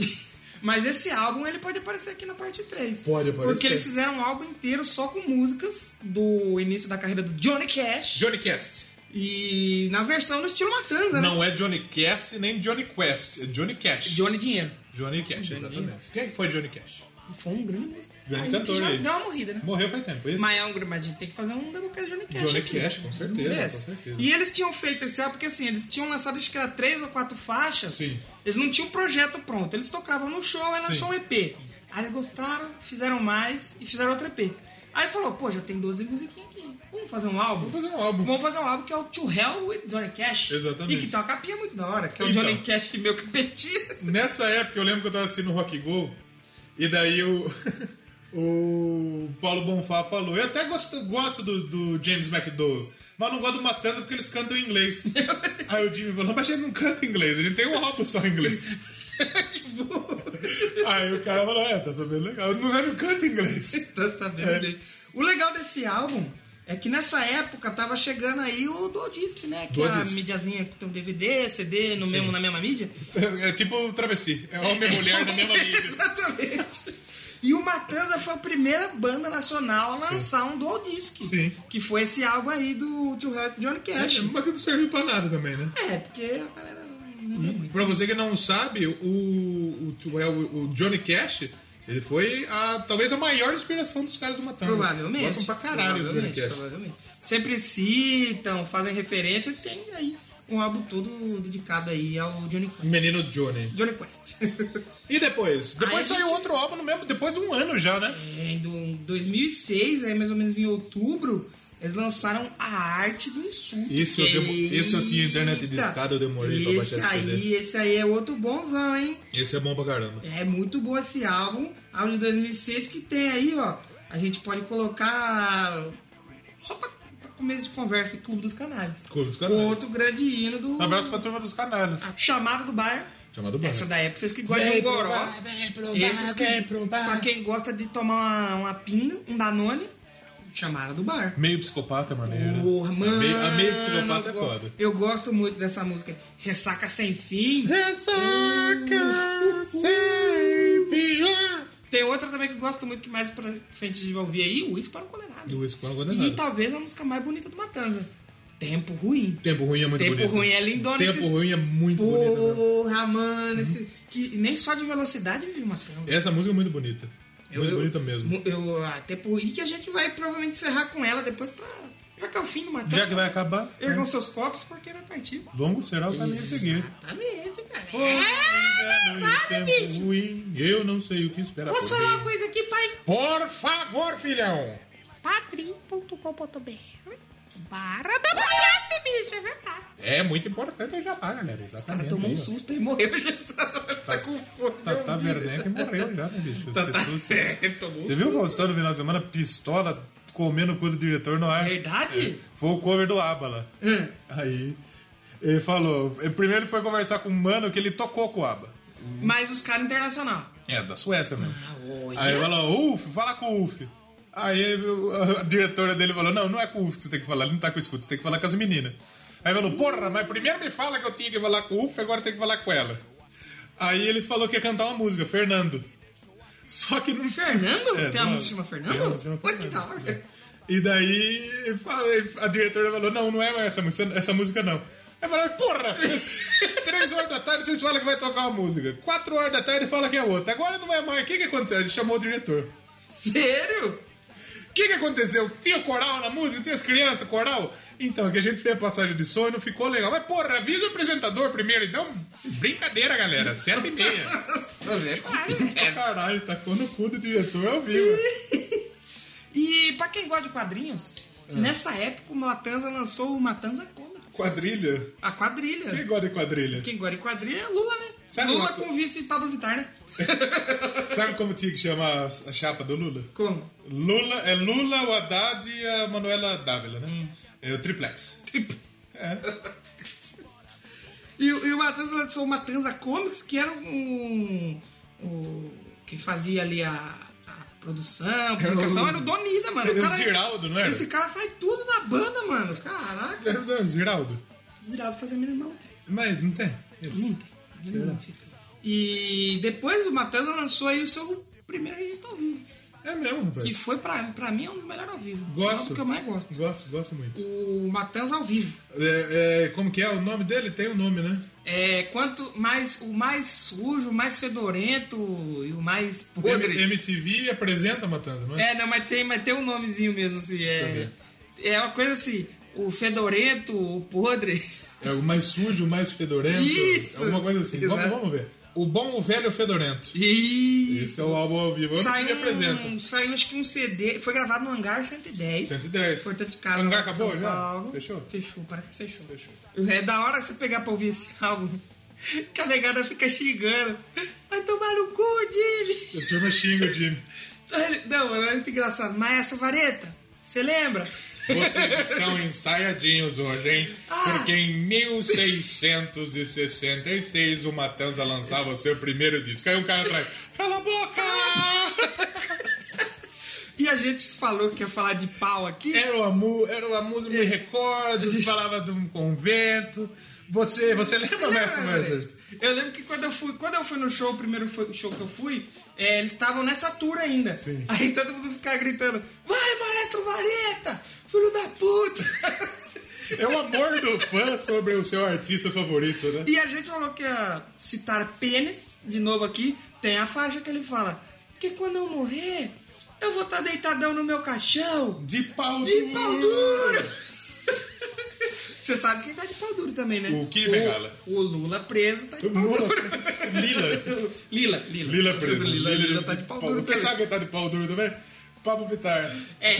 Mas esse álbum ele pode aparecer aqui na parte 3.
Pode aparecer.
Porque eles fizeram um álbum inteiro só com músicas do início da carreira do Johnny Cash.
Johnny Cast.
E na versão do estilo Matanza, né?
Não é Johnny Cash nem Johnny Quest, é Johnny Cash.
Johnny Dinheiro.
Johnny Cash, exatamente. Quem é que foi Johnny Cash?
Foi um grande músico.
Grande
Aí
cantor,
já
ele.
deu uma morrida, né?
Morreu faz tempo. Esse
Mas é um grande, mas a gente tem que fazer um Doublecast Johnny Cash.
Johnny
aqui.
Cash, com certeza,
Merece.
com certeza.
E eles tinham feito esse álbum porque assim, eles tinham lançado acho que era três ou quatro faixas.
Sim.
Eles não tinham um projeto pronto. Eles tocavam no show e lançou um
Sim.
EP. Aí gostaram, fizeram mais e fizeram outro EP. Aí falou, pô, já tem 12 musiquinhas aqui. Vamos fazer um álbum?
Vamos fazer um álbum.
Vamos fazer um álbum que é o To Hell with Johnny Cash.
Exatamente.
E que tem uma capinha muito da hora, que é o
Então.
Johnny Cash meio que petia.
Nessa época eu lembro que eu tava assistindo o Rock Go e daí o, o Paulo Bonfá falou: Eu até gosto, gosto do, do James McDowell, mas não gosto do Matanza porque eles cantam em inglês. Aí o Jimmy falou: Mas a gente não canta em inglês, a gente tem um álbum só em inglês. Tipo, Aí o cara falou: É, tá sabendo legal. Não, eu não canto em inglês.
Tá sabendo
É.
bem. O legal desse álbum é que nessa época tava chegando aí o Dual Disc, né? Que é a
Dual-disc.
mídiazinha que tem um DVD, CD no mesmo, na mesma mídia.
É tipo travesti, é homem e mulher na mesma mídia.
Exatamente. E o Matanza foi a primeira banda nacional a lançar um Dual Disc.
Sim.
Que foi esse álbum aí do To Help Johnny Cash.
É, mas que não serviu pra nada também, né?
É, porque a galera não lembra muito.
Pra você que não sabe, o, o, é o- o Johnny Cash, ele foi a, talvez a maior inspiração dos caras do Matanza.
Provavelmente.
Gostam É, pra caralho do Johnny
provavelmente,
Cash.
provavelmente. Sempre citam, fazem referência e tem aí um álbum todo dedicado aí ao Johnny Quest.
Menino Johnny.
Johnny Quest.
E depois? Depois
Aí a
saiu
gente-
outro álbum no mesmo, depois de um ano já, né?
É, em do- 2006, aí mais ou menos em outubro, eles lançaram a arte do insulto. é
Isso eu demo- isso eu tinha internet
Eita!
discada, eu demorei pra
esse
baixar esse
aí, Esse aí é outro bonzão, hein?
Esse é bom pra caramba.
É muito bom esse álbum, álbum de 2006 que tem aí, ó. A gente pode colocar só pra, pra começo de conversa, Clube dos Canais.
Clube dos
O
Canalhas.
outro grande hino do
Um abraço pra turma dos canalhas.
a chamada do bar.
Chamado Bar.
Essa da época, vocês que gostam de um goró. Esses que, é pra quem gosta de tomar uma, uma pinga, um Danone, chamada do bar.
Meio psicopata, maneiro.
Porra, mano.
A meio, a meio psicopata é foda.
Eu gosto muito dessa música. Ressaca sem fim.
Ressaca sem fim.
Tem outra também que eu gosto muito, que mais pra frente a gente vai ouvir aí, o Whisky para o Condenado.
E o Escola não aguenta
E
nada.
talvez a música mais bonita do Matanza. Tempo ruim.
Tempo ruim é muito
Tempo
bonito.
ruim é lindona.
Tempo
esses-
ruim é muito bonito. mesmo.
Porra, mano. Esse... Que nem só de velocidade viu Matanza.
Essa música é muito bonita. muito bonita mesmo.
mu- Eu, ah, tempo ruim que a gente vai provavelmente encerrar com ela depois pra. Já que é o fim do Matanza.
Já que vai acabar,
Ergam seus copos porque vai partir.
longo será o caminho a seguir.
Exatamente, cara.
Pô,
É,
engano e tempo ruim, eu não sei o que espera
Posso
por
falar
mim.
uma coisa aqui, pai?
Por favor, filhão!
padrim.com.br barra da boquete, bicho, é verdade.
É muito importante eu já lá, galera.
O cara
Exatamente.
tomou um
aí, ó.
susto e morreu. Já tá com fome.
Tata Werneck morreu já, né, bicho?
Tata-
Esse susto.
É, tomou um
Você viu o Faustão no final de semana, pistola, comendo o cu do diretor no ar?
É Verdade?
Foi o cover do Abala. Aí ele falou. Primeiro ele foi conversar com o mano que ele tocou com o Aba.
Mas os caras internacional.
É, da Suécia mesmo.
Ah, olha.
Aí ele falou, Uf, fala com o Uf. Aí o- a diretora dele falou: Não, não é com o Uf que você tem que falar, ele não tá com o escudo, você tem que falar com as meninas. Aí ele falou: Porra, mas primeiro me fala que eu tinha que falar com o Uf, agora tem que falar com ela. Aí ele falou que ia cantar uma música, Fernando. Só que não
Fernando?
É,
Tem uma
não-
música que chama Fernando?
Tem uma música que chama
Pô, que da
Fernando. é.
hora.
E daí fala- a diretora falou: não, não é essa música, essa música não. Aí falou, porra! Três horas da tarde vocês falam que vai tocar uma música. Quatro horas da tarde fala que é outra. Agora não é mais. O que, que aconteceu? Ele chamou o diretor.
Sério?
O que, que aconteceu? Tinha coral na música? Tinha as crianças, coral? Então, é que a gente fez a passagem de som e não ficou legal. Mas, porra, avisa o apresentador primeiro. Então, brincadeira, galera. Sete e meia. É. Caralho, tacou no cu do diretor ao vivo.
E pra quem gosta de quadrinhos,
É.
nessa época o Matanza lançou o Matanza Comics.
Quadrilha.
A quadrilha.
Quem gosta de quadrilha?
Quem gosta de quadrilha é Lula, né?
Sabe
Lula
uma co-
com vice Pablo Vittar, né?
Sabe como tinha que chamar a chapa do Lula?
Como?
Lula, é Lula, o Haddad e a Manuela Dávila, né? É o triplex.
E, o- e o Matanza lançou o Matanza Comics, que era um. um- que fazia ali a, a produção, a publicação, era o Donida, mano.
um Era o
cara- é
Ziraldo, não era?
Esse cara faz tudo na banda, mano. Caraca,
Era É, o Ziraldo.
o Ziraldo fazia meu irmão.
Mas não tem. Eles-
Não tem. Não fiz. E depois o Matheus lançou aí o seu primeiro registro ao vivo.
É mesmo, rapaz.
Que foi, pra, pra mim, é um dos melhores ao vivo.
Gosto.
É um que eu mais gosto.
Gosto, gosto muito.
O Matheus ao vivo.
É, é, como que é o nome dele? Tem o nome, né?
É, quanto mais o mais sujo, o mais fedorento e o mais podre.
M- MTV apresenta Matanza, não é?
É, não, mas tem, mas tem um nomezinho mesmo, assim. É, é uma coisa assim, o fedorento, o podre.
É o mais sujo, o mais fedorento.
Isso!
Alguma coisa assim. Vamos,
Exato.
vamos ver. O bom, o velho fedorento.
E
Esse é o álbum ao vivo. É o que
saiu,
apresenta.
um, saiu acho que um CD, foi gravado no Hangar 110.
110.
Portanto, cara,
Hangar
lá em
acabou
São
já?
Paulo.
Fechou?
Fechou, parece que fechou.
Fechou.
É da hora você pegar pra ouvir esse álbum. Que a negada fica xingando. Vai tomar no cu, Jimmy.
A turma xinga o Jimmy.
Ele- Não, é muito engraçado. Maestro Vareta, você lembra?
Vocês estão ensaiadinhos hoje, hein?
Ah!
Porque em 1666 o Matanza lançava seu primeiro disco. Aí um cara atrás. Cala a boca! É
E a gente falou que ia falar de pau aqui.
Era uma, mu- era uma música de recordes, falava de um convento. Você, você lembra, mestre?
Lembra,
Mestre?
velho? Eu lembro que quando eu fui, quando eu fui no show, o primeiro foi- show que eu fui, é, eles estavam nessa tour ainda.
Sim.
Aí todo mundo ficava gritando: Vai, maestro Vareta! Filho da puta!
É o amor do fã sobre o seu artista favorito, né?
E a gente falou que ia citar pênis, de novo aqui, tem a faixa que ele fala: Porque quando eu morrer, eu vou estar deitadão no meu caixão.
De pau
De pau duro! Você sabe quem tá de pau duro também, né?
O que, Bengala?
O, o Lula preso tá de pau
Lula.
duro.
Lila.
Lila, Lila.
Lila preso.
Lila, Lila, tá de pau
Você
duro. também.
sabe quem tá de pau duro também? Pablo Vittar.
É.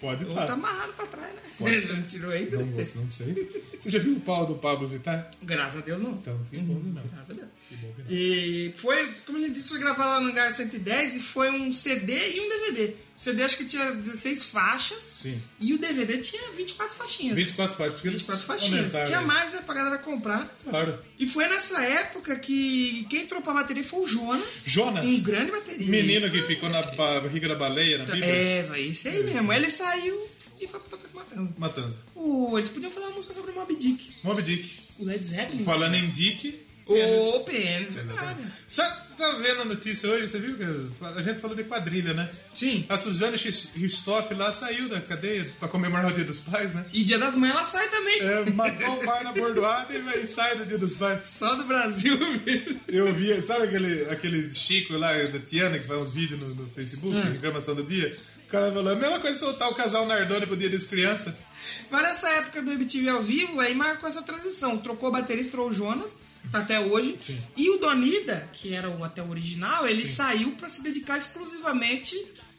Pode
Ou
tá.
tá amarrado pra trás, né?
Pode.
Não tirou ainda.
Não, você não sei. Você já viu o pau do Pablo Vittar?
Graças a Deus não.
Então, que bom que não.
Graças a Deus.
bom que não.
E foi, como eu disse, foi gravado lá no Hangar 110 e foi um CD e um DVD. O CD acho que tinha 16 faixas.
Sim.
E o DVD tinha 24 faixinhas.
24 faixas. porque eles Ah,
24 faixinhas.
aumentaram.
Tinha mais, né, pra galera comprar.
Claro.
E foi nessa época que quem entrou pra bateria foi o Jonas.
Jonas?
Um grande baterista.
Menino que ficou na barriga da baleia, na Bíblia.
É, isso aí, isso aí mesmo. Ele saiu e foi pra tocar com o Matanza.
Matanza.
O- Eles podiam falar uma música sobre o Mob Dick.
Mob Dick.
O Led Zeppelin.
Falando em Dick.
O Pênis, verdade.
Exatamente. Sabe, tá vendo a notícia hoje? Você viu que a gente falou de quadrilha, né?
Sim.
A Suzane Ristoff lá saiu da cadeia pra comemorar o Dia dos Pais, né?
E Dia das Mães ela sai também.
É, matou o pai na bordoada e vai- sai do Dia dos Pais.
Só do Brasil mesmo.
Eu vi, sabe aquele, aquele Chico lá da Tiana que faz uns vídeos no, no
Hum.
Facebook, reclamação do dia? O cara falando, a mesma coisa soltar o casal Nardone pro Dia das Crianças.
Mas nessa época do MTV ao vivo, aí marcou essa transição. Trocou o baterista, trocou o Jonas, tá até hoje.
Sim.
E o Donida, que era o até o original, ele saiu pra se dedicar exclusivamente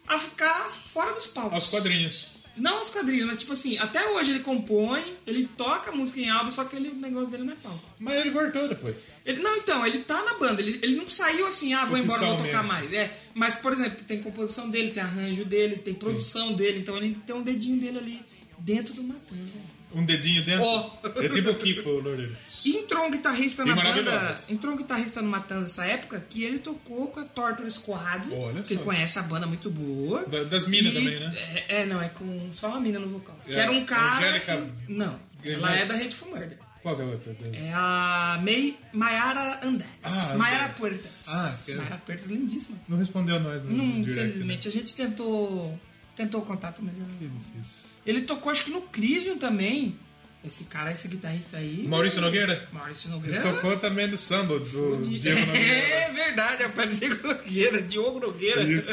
a ficar fora dos palcos.
Aos quadrinhos.
Não aos quadrinhos, mas tipo assim, até hoje ele compõe, ele toca música em álbum, só que ele, o negócio dele não é palco.
Mas ele voltou depois.
Ele, não, então, ele tá na banda, ele, ele não saiu assim, ah, vou embora, vou tocar
Oficialmente.
mais. É, mas, por exemplo, tem composição dele, tem arranjo dele, tem produção dele, então ele tem um dedinho dele ali dentro do né? Matanza.
Um dedinho dentro.
Ó.
É tipo o Kiko, o Loureiro.
E entrou um guitarrista
E
na banda.
maravilhosas.
Entrou um guitarrista no Matanza nessa época que ele tocou com a Torture Squad,
Olha
que
só.
conhece a banda muito boa.
Da- das minas
E-
também, né?
É, é, não, é com só uma mina no vocal.
É,
que era um cara.
Angélica-
que- não, ela é da Hateful Murder.
Qual que é a outra?
É a May Mayara Andrade.
Ah,
Mayara
Andrade.
Puertas.
Ah, que-
Mayara Puertas, lindíssima.
Não respondeu nós no,
Não,
no direct. né?
infelizmente, a gente tentou tentou o contato, mas ela-
Que difícil.
ele tocou acho que no Crisium também. Esse cara, esse guitarrista aí.
Maurício Nogueira?
Maurício
Ele
Nogueira.
tocou também no samba do Diego Nogueira.
É verdade, é o pé do Diego Nogueira, Diogo Nogueira.
Isso.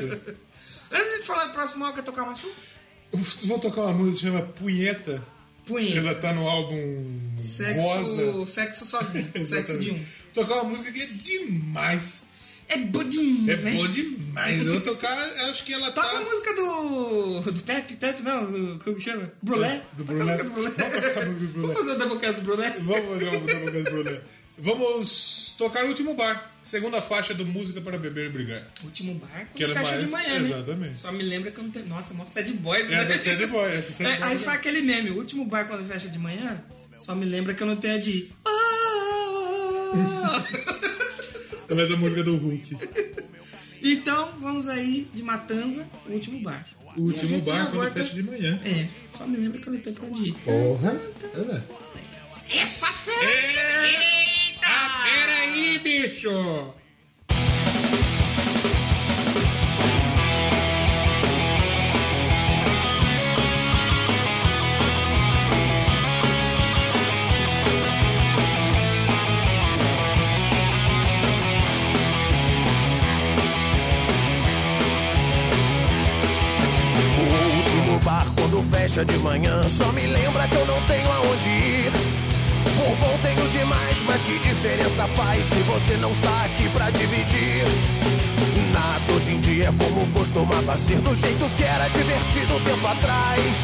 Antes de falar do próximo álbum, quer tocar mais um?
Eu Vou tocar uma música que chama Punheta.
Punha.
Ela tá no álbum Rosa.
Sexo, um. sexo sozinho, sexo de um.
Exatamente. Vou tocar uma música que é demais.
É budinho,
É
né?
boa demais. Eu vou tocar, eu acho que ela tá.
Toca a música do. do Pepe, Pepe não, do, como que chama? Brulé.
Do
Toca
Brulé.
a música do Brulé.
Vamos tocar a música do Brulé.
Vamos fazer o Doublecast do Brulé?
Vamos fazer uma música do Brulé. Vamos tocar o último bar. Segunda faixa do Música para Beber e Brigar.
Último barco,
Que era
fecha
mais.
de manhã, né?
Exatamente.
Só me lembra que eu não tenho. Nossa, mó sad boys, né?
Essa é Sad Boy, essa é Sad
É,
Boy
aí
também.
faz aquele meme, o último bar quando fecha de manhã, só me lembra que eu não tenho de Ah! ir. Ah!
Talvez a música do Hulk.
Então, vamos aí de Matanza, o último bar.
O
E a
último
gente
bar quando
aguarda-
fecha de manhã.
É, só me lembra que eu não tenho pra onde ir.
Porra. Olha lá.
Essa feira! Eita!
Peraí, bicho!
O último bar quando fecha de manhã Só me lembra que eu não tenho aonde ir Por bom tenho demais, mas que diferença faz Se você não está aqui pra dividir Nada hoje em dia é como costumava ser Do jeito que era divertido tempo atrás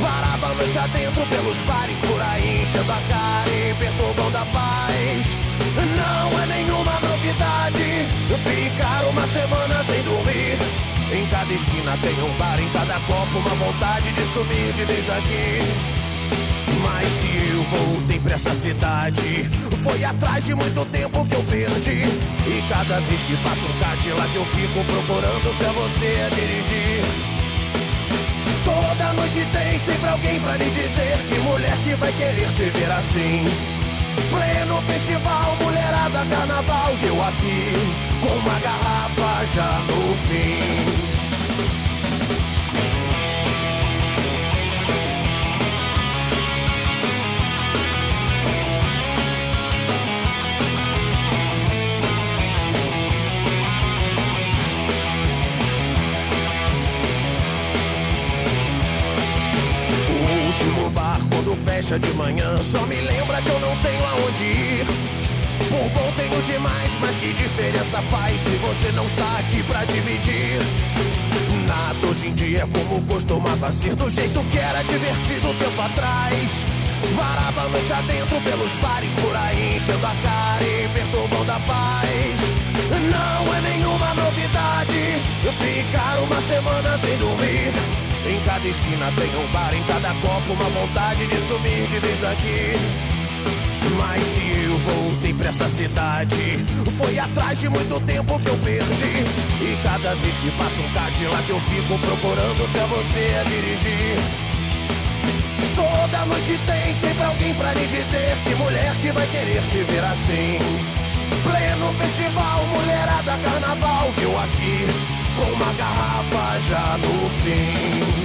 Varava a noite adentro pelos bares Por aí enchendo a cara e perturbando a paz Não é nenhuma novidade Ficar uma semana sem dormir Em cada esquina tem um bar Em cada copo uma vontade de sumir de vez daqui mas se eu voltei pra essa cidade, foi atrás de muito tempo que eu perdi. E cada vez que passo um Cadillac eu fico procurando se é você a dirigir. Toda noite tem sempre alguém pra lhe dizer que mulher que vai querer te ver assim. Pleno festival, mulherada, carnaval, e eu aqui com uma garrafa já no fim. O último bar quando fecha de manhã Só me lembra que eu não tenho aonde ir Por bom tenho demais, mas que diferença faz Se você não está aqui pra dividir Nada hoje em dia é como costumava ser Do jeito que era divertido tempo atrás Varava a noite adentro pelos bares Por aí enchendo a cara e perturbando a paz Não é nenhuma novidade Ficar uma semana sem dormir em cada esquina tem um bar, em cada copo uma vontade de sumir de vez daqui. Mas se eu voltei pra essa cidade, foi atrás de muito tempo que eu perdi. E cada vez que passo um Cadillac eu fico procurando se é você a dirigir. Toda noite tem sempre alguém pra lhe dizer que mulher que vai querer te ver assim. Pleno festival, mulherada, carnaval, que eu aqui com uma garrafa já no fim.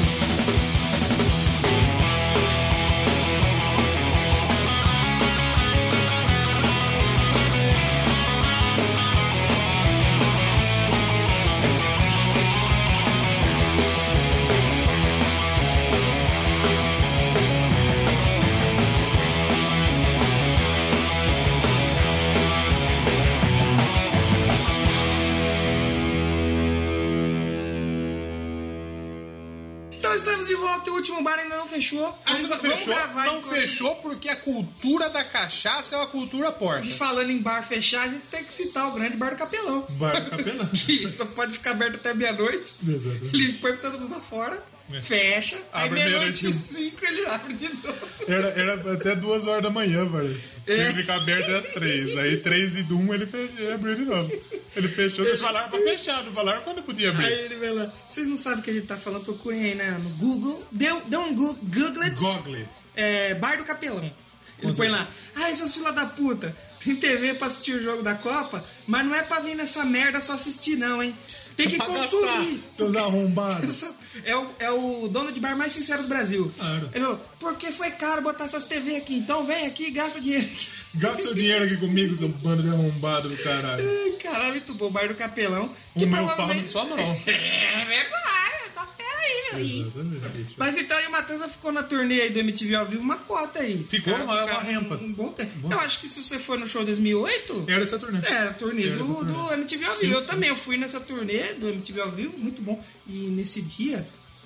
Então estamos de volta, o último bar ainda não fechou.
Ainda
Vamos- vamos
fechou?
gravar
Ah,
então
Não
enquanto-
fechou porque a cultura da cachaça é uma cultura porta.
E falando em bar fechar, a gente tem que citar o grande bar do Capelão.
Bar do Capelão.
Que só pode ficar aberto até meia-noite.
Exatamente.
Ele põe todo mundo pra fora,
É.
fecha, aí
Abre
meia-noite e
meia-noite.
cinco ele abre de novo.
Era, era até duas horas da manhã, parece. Tinha que ficar aberto às três. Aí três e de um ele, fe- ele abriu de novo. Ele fechou, vocês falaram pra fechar, não falaram quando podia
Aí
abrir.
ele vai lá. Vocês não sabem o que a gente tá falando, procurem aí né, no Google. Deu, deu um Google,
Google.
é, Bar do Capelão. Ele põe lá, ai seus fila da puta, tem TV pra assistir o jogo da Copa, mas não é pra vir nessa merda só assistir não, hein? Tem que
Pra
consumir.
gastar, Seus arrombados.
Essa- É o, é o dono de bar mais sincero do Brasil.
Claro.
Ele falou, porque foi caro botar essas TV aqui, então vem aqui e gasta dinheiro aqui.
Gasta seu dinheiro aqui comigo, seu bando de arrombado do caralho.
Ai, Caralho, muito bom, bar do Capelão.
O meu pau na sua mão.
É verdade, só peraí, meu. E
Exatamente.
Mas então aí o Matanza ficou na turnê aí do MTV ao vivo uma cota aí.
Ficou
Ficaram-
uma- uma
ficaram
rampa.
Um bom tempo.
Bom.
Eu acho que se você for no show 2008,
Era essa turnê.
Era é, a turnê
Era
do,
essa turnê.
do MTV ao
Sim,
vivo. Eu
sim.
também eu fui nessa turnê do MTV ao vivo, muito bom. E nesse dia,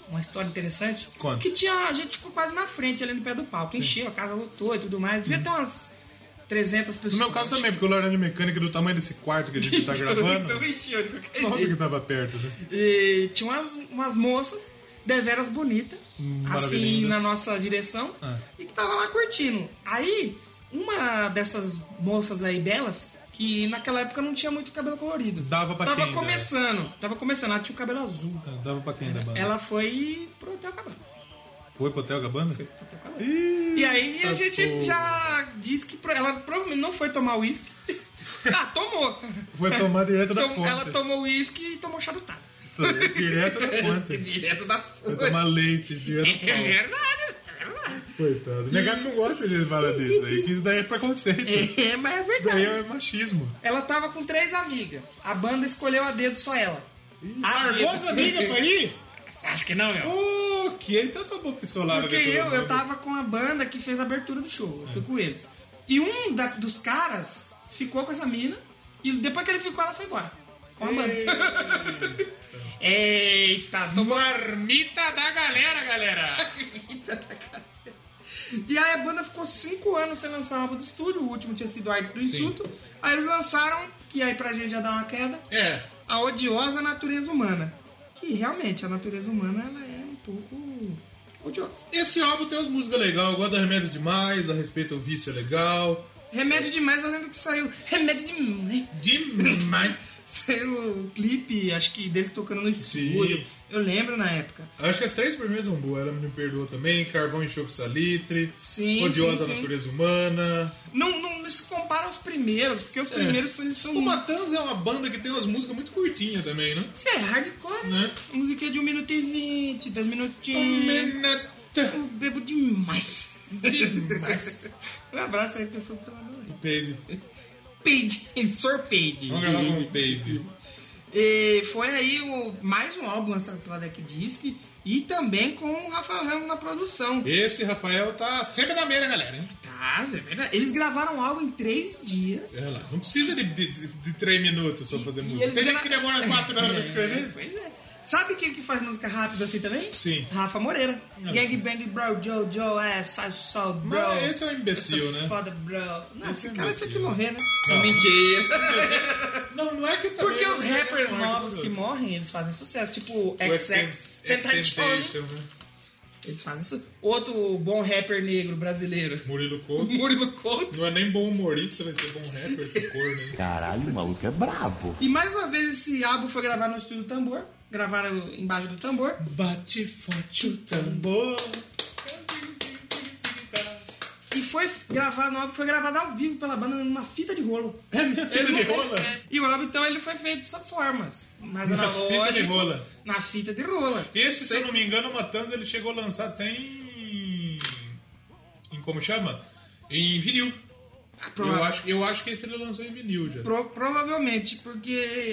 uma história interessante,
Conta.
que tinha a gente ficou quase na frente ali no pé do palco. Encheu, a casa lotou e tudo mais. Devia ter umas 300 pessoas.
Hum. No meu caso também, porque o Laranja Mecânica é do tamanho desse quarto que a gente tá gravando.
então encheu de qualquer
Óbvio
jeito.
que tava perto, né?
E tinha umas, umas moças, deveras bonitas, assim,
Hum, Maravilhindas.
na nossa direção,
Ah.
e que tava lá curtindo. Aí, uma dessas moças aí belas que naquela época não tinha muito cabelo colorido.
Dava pra
Tava
quem, né?
começando. Tava começando. Ela tinha o cabelo azul.
Dava pra quem da banda?
Ela foi pro Hotel Cabana.
Foi pro Hotel Gabana? Foi.
Hotel Cabana. E aí
Tá
a gente já disse que pro- ela provavelmente não foi tomar uísque. ah, tomou.
tomar direto da
Tom-
fonte.
Então, Ela tomou uísque e tomou charutada.
Direto da fonte.
Direto da
Foi tomar leite direto da
É
fonte.
verdade, é verdade.
Coitado. Negado não gosta de falar disso aí, que isso daí é preconceito. Isso
É, mas é
daí
verdade.
é machismo.
Ela tava com três amigas. A banda escolheu a dedo só ela. A
Largou
dedo.
as amigas pra ir?
Você acha que não, meu?
Ok, então tomou pistolada
Porque
de todo
eu, eu
mundo.
tava com a banda que fez a abertura do show. Eu fui com eles. E um da- dos caras ficou com essa mina. E depois que ele ficou, ela foi embora. Com a banda. Eita, tomou
Marmita da galera, galera!
E aí a banda ficou cinco anos sem lançar um álbum do estúdio, o último tinha sido Arte do Insulto. Aí eles lançaram, que aí pra gente já dá uma queda,
É.
a odiosa natureza humana. Que realmente a natureza humana ela é um pouco odiosa.
Esse álbum tem umas músicas legais, eu gosto da Remédio Demais, a respeito ao vício é legal.
Remédio demais, eu lembro que saiu. Remédio demais.
Demais!
Saiu o clipe, acho que desse tocando no estúdio. Eu lembro na época.
Acho que as três primeiras são boas, ela me perdoa também, Carvão Enxofre Salitre,
Sim,
Odiosa
sim, sim.
Natureza Humana.
Não, não, não se compara aos primeiros, porque os primeiros são. são
O Matanza é uma banda que tem umas músicas muito curtinhas também, né?
Isso é hardcore, né?
Né? Um
Musiquinha de 1 minuto e 20, 10 minutinhos.
Minata
Eu bebo demais.
Demais.
Um abraço aí, pessoal, pela noite.
Um Peide.
Peide, sorpeide.
Vamos gravar um
um
com o Peide.
E foi aí o, mais um álbum lançado pela Deck Disc e também com o Rafael Ramos na produção.
Esse Rafael tá sempre na beira, galera, hein?
Tá, é verdade. Eles gravaram o álbum em três dias.
É lá, Não precisa de, de, de- de três minutos só fazer
E- e
música.
eles
Tem gente
gra-
que demora quatro horas pra
É,
escrever?
pois é. Sabe quem que faz música rápida assim também?
Sim.
Rafa Moreira.
Olha
Gang Bang Bro, Joe Joe, é, sai sol, bro.
Mas esse é um imbecil,
Essa
né?
Foda, bro. Não,
Esse
esse
é
cara tinha que
imbecil.
morrer, né?
Não.
mentira.
Não, não é que também
Porque
não
os
é
rappers
maior
novos
os
que
outros.
morrem, eles fazem sucesso. Tipo,
O
XX
Extent-
Tentacion.
Extentation, né?
Eles fazem sucesso. Outro bom rapper negro brasileiro.
Murilo Couto.
Murilo Couto.
Não é nem bom humorista, vai ser bom rapper, esse corno. hein?
Caralho, o maluco é brabo.
E mais uma vez esse álbum foi gravado no estúdio Tambor. Gravaram embaixo do tambor.
Bate forte o tambor.
E foi gravado no álbum, foi gravado ao vivo pela banda numa fita de rolo.
É minha
Eles
fita de
não-
rola?
é. E o álbum, então, ele foi feito dessa forma. Mas
Na fita de rola.
Na fita de rola.
Esse, se eu não me engano, o Matanza ele chegou a lançar até em. em como chama? Em vinil. Eu
prova-
acho, eu acho que esse ele lançou em vinil já.
Ah, Pro- provavelmente, porque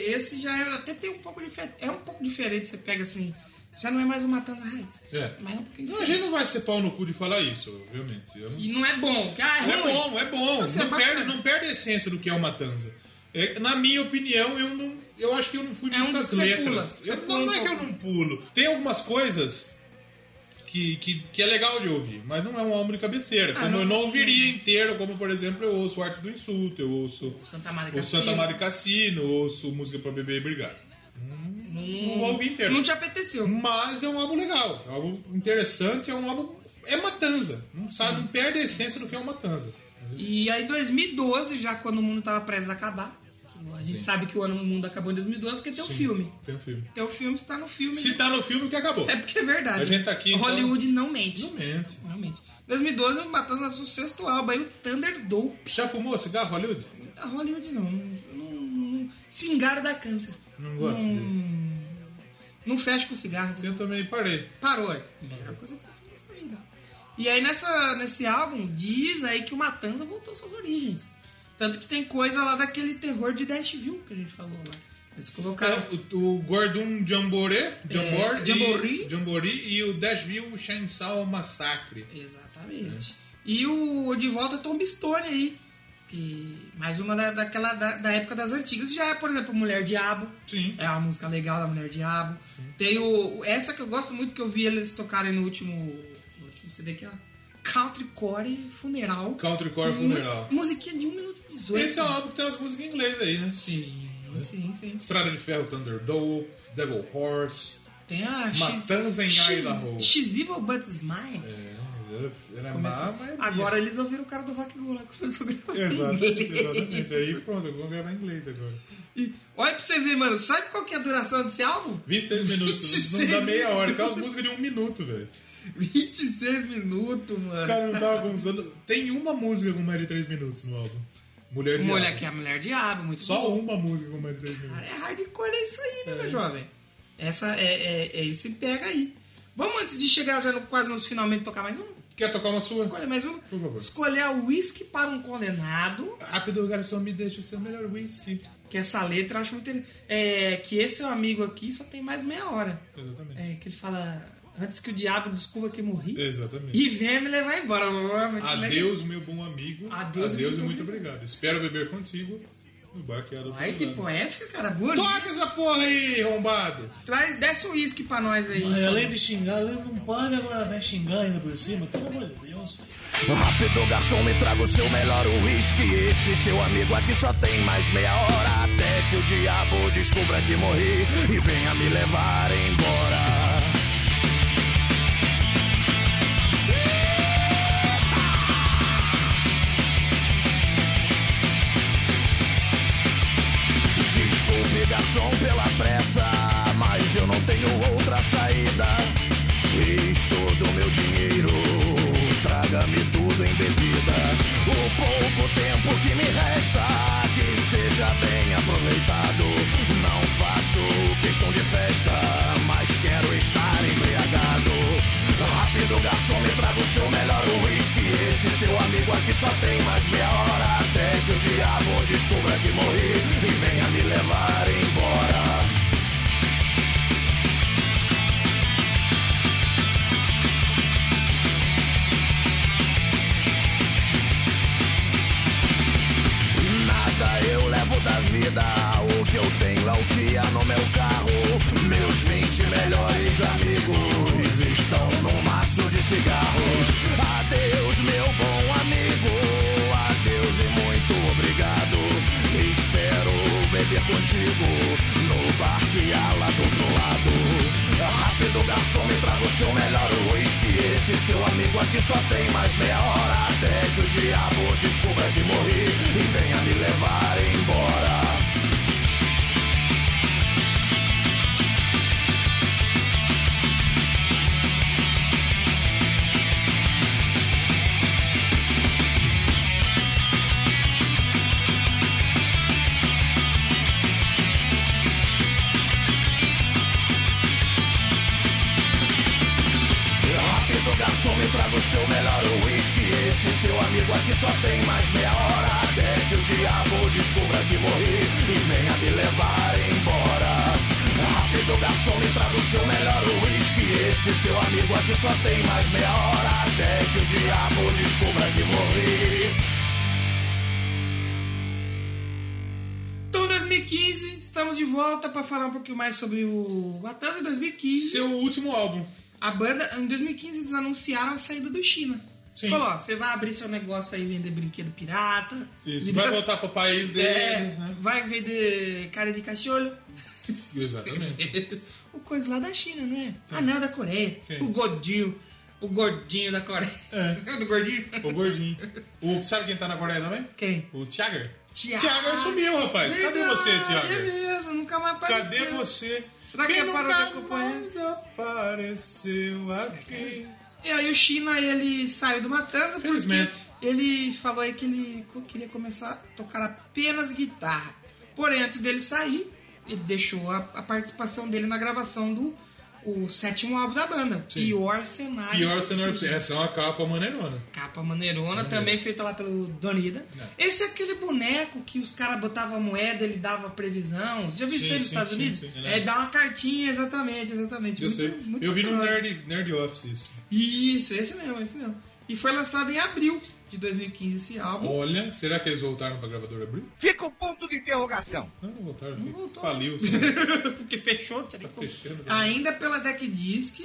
esse já é- até tem um pouco diferente. É um pouco diferente, você pega assim. Já não é mais o Matanza Raiz.
É.
Mas é um pouquinho
Não, a
diferente.
gente não vai ser pau no cu de falar isso, obviamente. Eu não-
E não é bom. que, Ah, é,
É
ruim.
bom, é bom.
Isso é
Não
bacana.
perde, não perde a essência do que é o Matanza. É, na minha opinião, eu não. Eu acho que eu não fui
É
muito
um
das
que você
letras.
pula. Você
Eu-
pula
não,
um
não é que eu
pouco.
não pulo. Tem algumas coisas que, que, que é legal de ouvir, mas não é um álbum de cabeceira.
Ah,
como
não.
eu não ouviria inteiro, como por exemplo, eu ouço Arte do Insulto, eu ouço
O Santa Maria
o Santa
Cassino.
Maria Cassino, eu ouço Música pra Beber e Brigar. Hum,
Não,
Não vou ouvir inteiro.
Hum. Não te apeteceu.
Mas é um álbum legal, é um álbum interessante, é um álbum. É Matanza. Não, sabe, não perde a essência do que é o Matanza.
E aí, 2012, já quando o mundo tava prestes a acabar. que A gente sabe que o ano do mundo acabou em 2012 porque tem o
Sim,
filme.
Tem um filme.
Tem o filme, se tá no filme.
Se tá no filme, que acabou.
É porque é verdade.
A gente tá aqui, então-
Hollywood não mente.
Não mente.
Não mente. 2012, matando o seu sexto álbum, aí o Thunder Dope.
Já fumou cigarro, Hollywood?
A Hollywood não. não, não- Cingaro dá câncer.
Não gosto
Hum.
dele.
Não fecha com cigarro. entendeu?
Eu também parei.
Parou. É a coisa que tá fazendo isso aí, não. E aí nessa, nesse álbum diz aí que o Matanza voltou às suas origens. Tanto que tem coisa lá daquele terror de Dashville que a gente falou lá. Eles colocaram.
O, o Gordon Jamboree, Jambor,
É, Jamboree.
E, Jamboree e o Dashville Chainsaw Massacre.
Exatamente. E o De Volta Tom Stone aí. Que mais uma da, daquela da, da época das antigas. Já é, por exemplo, Mulher Diabo.
Sim.
É uma música legal da Mulher Diabo. Tem o. Essa que eu gosto muito que eu vi eles tocarem no último. No último CD que é a Country Core Funeral.
Country
Hum.
Core Funeral.
Mu- Musiquinha de 1 minuto e 18.
Esse é um álbum que tem umas músicas em inglês aí, né?
Sim, sim, sim.
Estrada de Ferro, Thunderdome, Devil Horse.
Tem a
Matanza em
X,
Idaho.
X Evil But It's Mine.
É, Era, era má,
Começou.
mas. é minha.
Agora eles ouviram o cara do Rock Go lá que começou a gravar.
Exato,
Exatamente.
exatamente. Aí pronto, eu vou gravar em inglês agora.
Olha pra você ver, mano. Sabe qual que é a duração desse álbum?
26 minutos, não
26
dá meia hora. Aquelas músicas de um minuto, velho.
26 minutos,
Os
mano.
caras não estavam usando. Tem uma música com mais de 3 minutos no álbum. Mulher de
Mulher
Água.
que é a mulher diabo, muito
Só
bom.
uma música com mais de 3
Cara,
minutos.
é hardcore é isso aí, né, meu jovem? Essa é, é, é esse pega aí. Vamos antes de chegar já no, quase nos finalmente tocar mais um?
Quer tocar uma sua?
Escolha mais um?
Por favor.
Escolher a Whisky para um Condenado,
Rápido, garçom, me deixa o seu melhor whisky.
que essa letra eu acho muito interessante. É, que esse meu amigo aqui só tem mais meia hora.
Exatamente.
É, que ele fala, antes que o diabo descubra que morri,
Exatamente.
e venha me levar embora. Muito legal.
Adeus, meu bom amigo.
Adeus,
Adeus,
muito
e muito obrigado. Espero beber contigo no bar que era do
Ai,
outro
que
lado.
poética, cara. Boa.
Toca essa porra aí, arrombado!
Traz, desce um uísque pra nós aí.
Ai, além de xingar, ele não para agora, vai xingar ainda por cima, pelo amor de Deus.
Rápido, garçom, me traga o seu melhor uísque. Esse seu amigo aqui só tem mais meia hora. Até que o diabo descubra que morri e venha me levar embora. Desculpe, garçom, pela pressa, mas eu não tenho outra saída. Eis todo o meu dinheiro, traga-me tudo em bebida. O pouco tempo que me resta, que seja bem aproveitado. Não faço questão de festa, mas quero estar embriagado. Rápido, garçom, me traga o seu melhor uísque. Esse seu amigo aqui só tem mais meia hora. Até que o diabo descubra que morri e venha me levar embora. Nada eu levo da vida. O que eu tenho é o que há no meu carro. Meus 20 melhores amigos estão num maço de cigarros. Adeus, meu bom amigo. Adeus e muito obrigado. Espero beber contigo no bar que há lá do outro lado. Rápido, garçom, me traga o seu melhor uísque. Esse seu amigo aqui só tem mais meia hora. Até que o diabo descubra que morri e venha me levar embora. Rápido, garçom, me traga o seu melhor uísque. Esse seu amigo aqui só tem mais meia hora. Até que o diabo descubra que morri e venha me levar embora. Rápido, garçom, me traga o seu melhor uísque. Esse seu amigo aqui só tem mais meia hora. Até que o diabo descubra que morri.
Então, 2015, estamos de volta pra falar um pouquinho mais sobre o Matanza 2015.
Seu último álbum.
A banda, em 2015, eles anunciaram a saída do China.
Sim.
Falou, ó, você vai abrir seu negócio aí, vender brinquedo pirata.
Isso.
me
Vai
dá-
voltar pro país dele.
É,
né?
vai vender cara de cachorro.
Exatamente.
o coisa lá da China, não é? Ah, não, é É. da Coreia.
Quem?
O gordinho. O gordinho da Coreia. do gordinho?
O gordinho. O, sabe quem tá na Coreia também?
Quem?
O Tiago.
Thiago.
Tiago sumiu, rapaz. Cadê
Verdade,
você,
É
Tiago?
mesmo, nunca mais apareceu.
Cadê você?
Será que ele
nunca
parou de acompanhar?
mais apareceu aqui.
E aí o China, ele saiu do Matanza porque
Felizmente.
ele falou aí que ele co- queria começar a tocar apenas guitarra. Porém, antes dele sair, ele deixou a, a participação dele na gravação do o sétimo álbum da banda,
Sim.
Pior Cenário.
Pior cenário.
Possível.
Essa é uma capa maneirona.
Capa maneirona, também feita lá pelo Donida. Esse é aquele boneco que os caras botavam a moeda, ele dava a previsão. Você já viu
Sim,
isso aí nos
sim,
Estados
sim,
Unidos?
sim, eu
é,
lembro.
dá uma cartinha, exatamente, exatamente.
Eu
Muito-
sei.
muito
Eu vi no
bacana.
Nerd, Nerd Office isso.
Isso, esse mesmo, esse mesmo. E foi lançado em abril de 2015 esse álbum.
Olha, será que eles voltaram pra gravadora Abril?
Fica o ponto de interrogação.
Não, não voltaram.
Não voltou.
Faliu.
Porque fechou, não sei nem como.
fechando, né?
Ainda pela Deck Disc.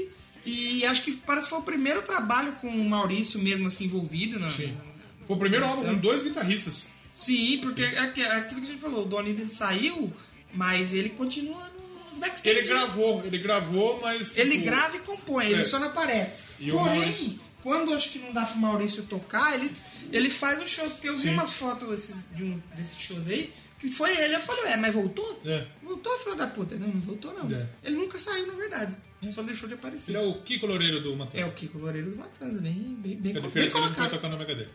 E acho que parece que foi o primeiro trabalho com o Maurício mesmo assim envolvido. Na...
Sim. Foi o primeiro álbum com dois guitarristas.
Sim, porque é aque- é aquilo que a gente falou, o Donnie ele saiu, mas ele continua nos backstage. né?
Ele gravou, ele gravou, mas.
Ele
tipo,
grava e compõe, ele
É.
só não aparece.
E o
Porém,
Maurício-
quando eu acho que não dá pro Maurício tocar, ele, ele faz os shows. Porque eu vi
Sim.
umas fotos desses, de um desses shows aí, que foi ele. Eu falei, ué, mas voltou?
É.
Voltou, filho da puta? Não, não voltou não.
É.
Ele nunca saiu, na verdade. Só deixou de aparecer.
Ele é o Kiko Loureiro do Matheus.
É o Kiko Loureiro do Matanza, bem, bem, bem,
A
bem,
diferença é que ele não vai
colocado.
tocar no Megadeth.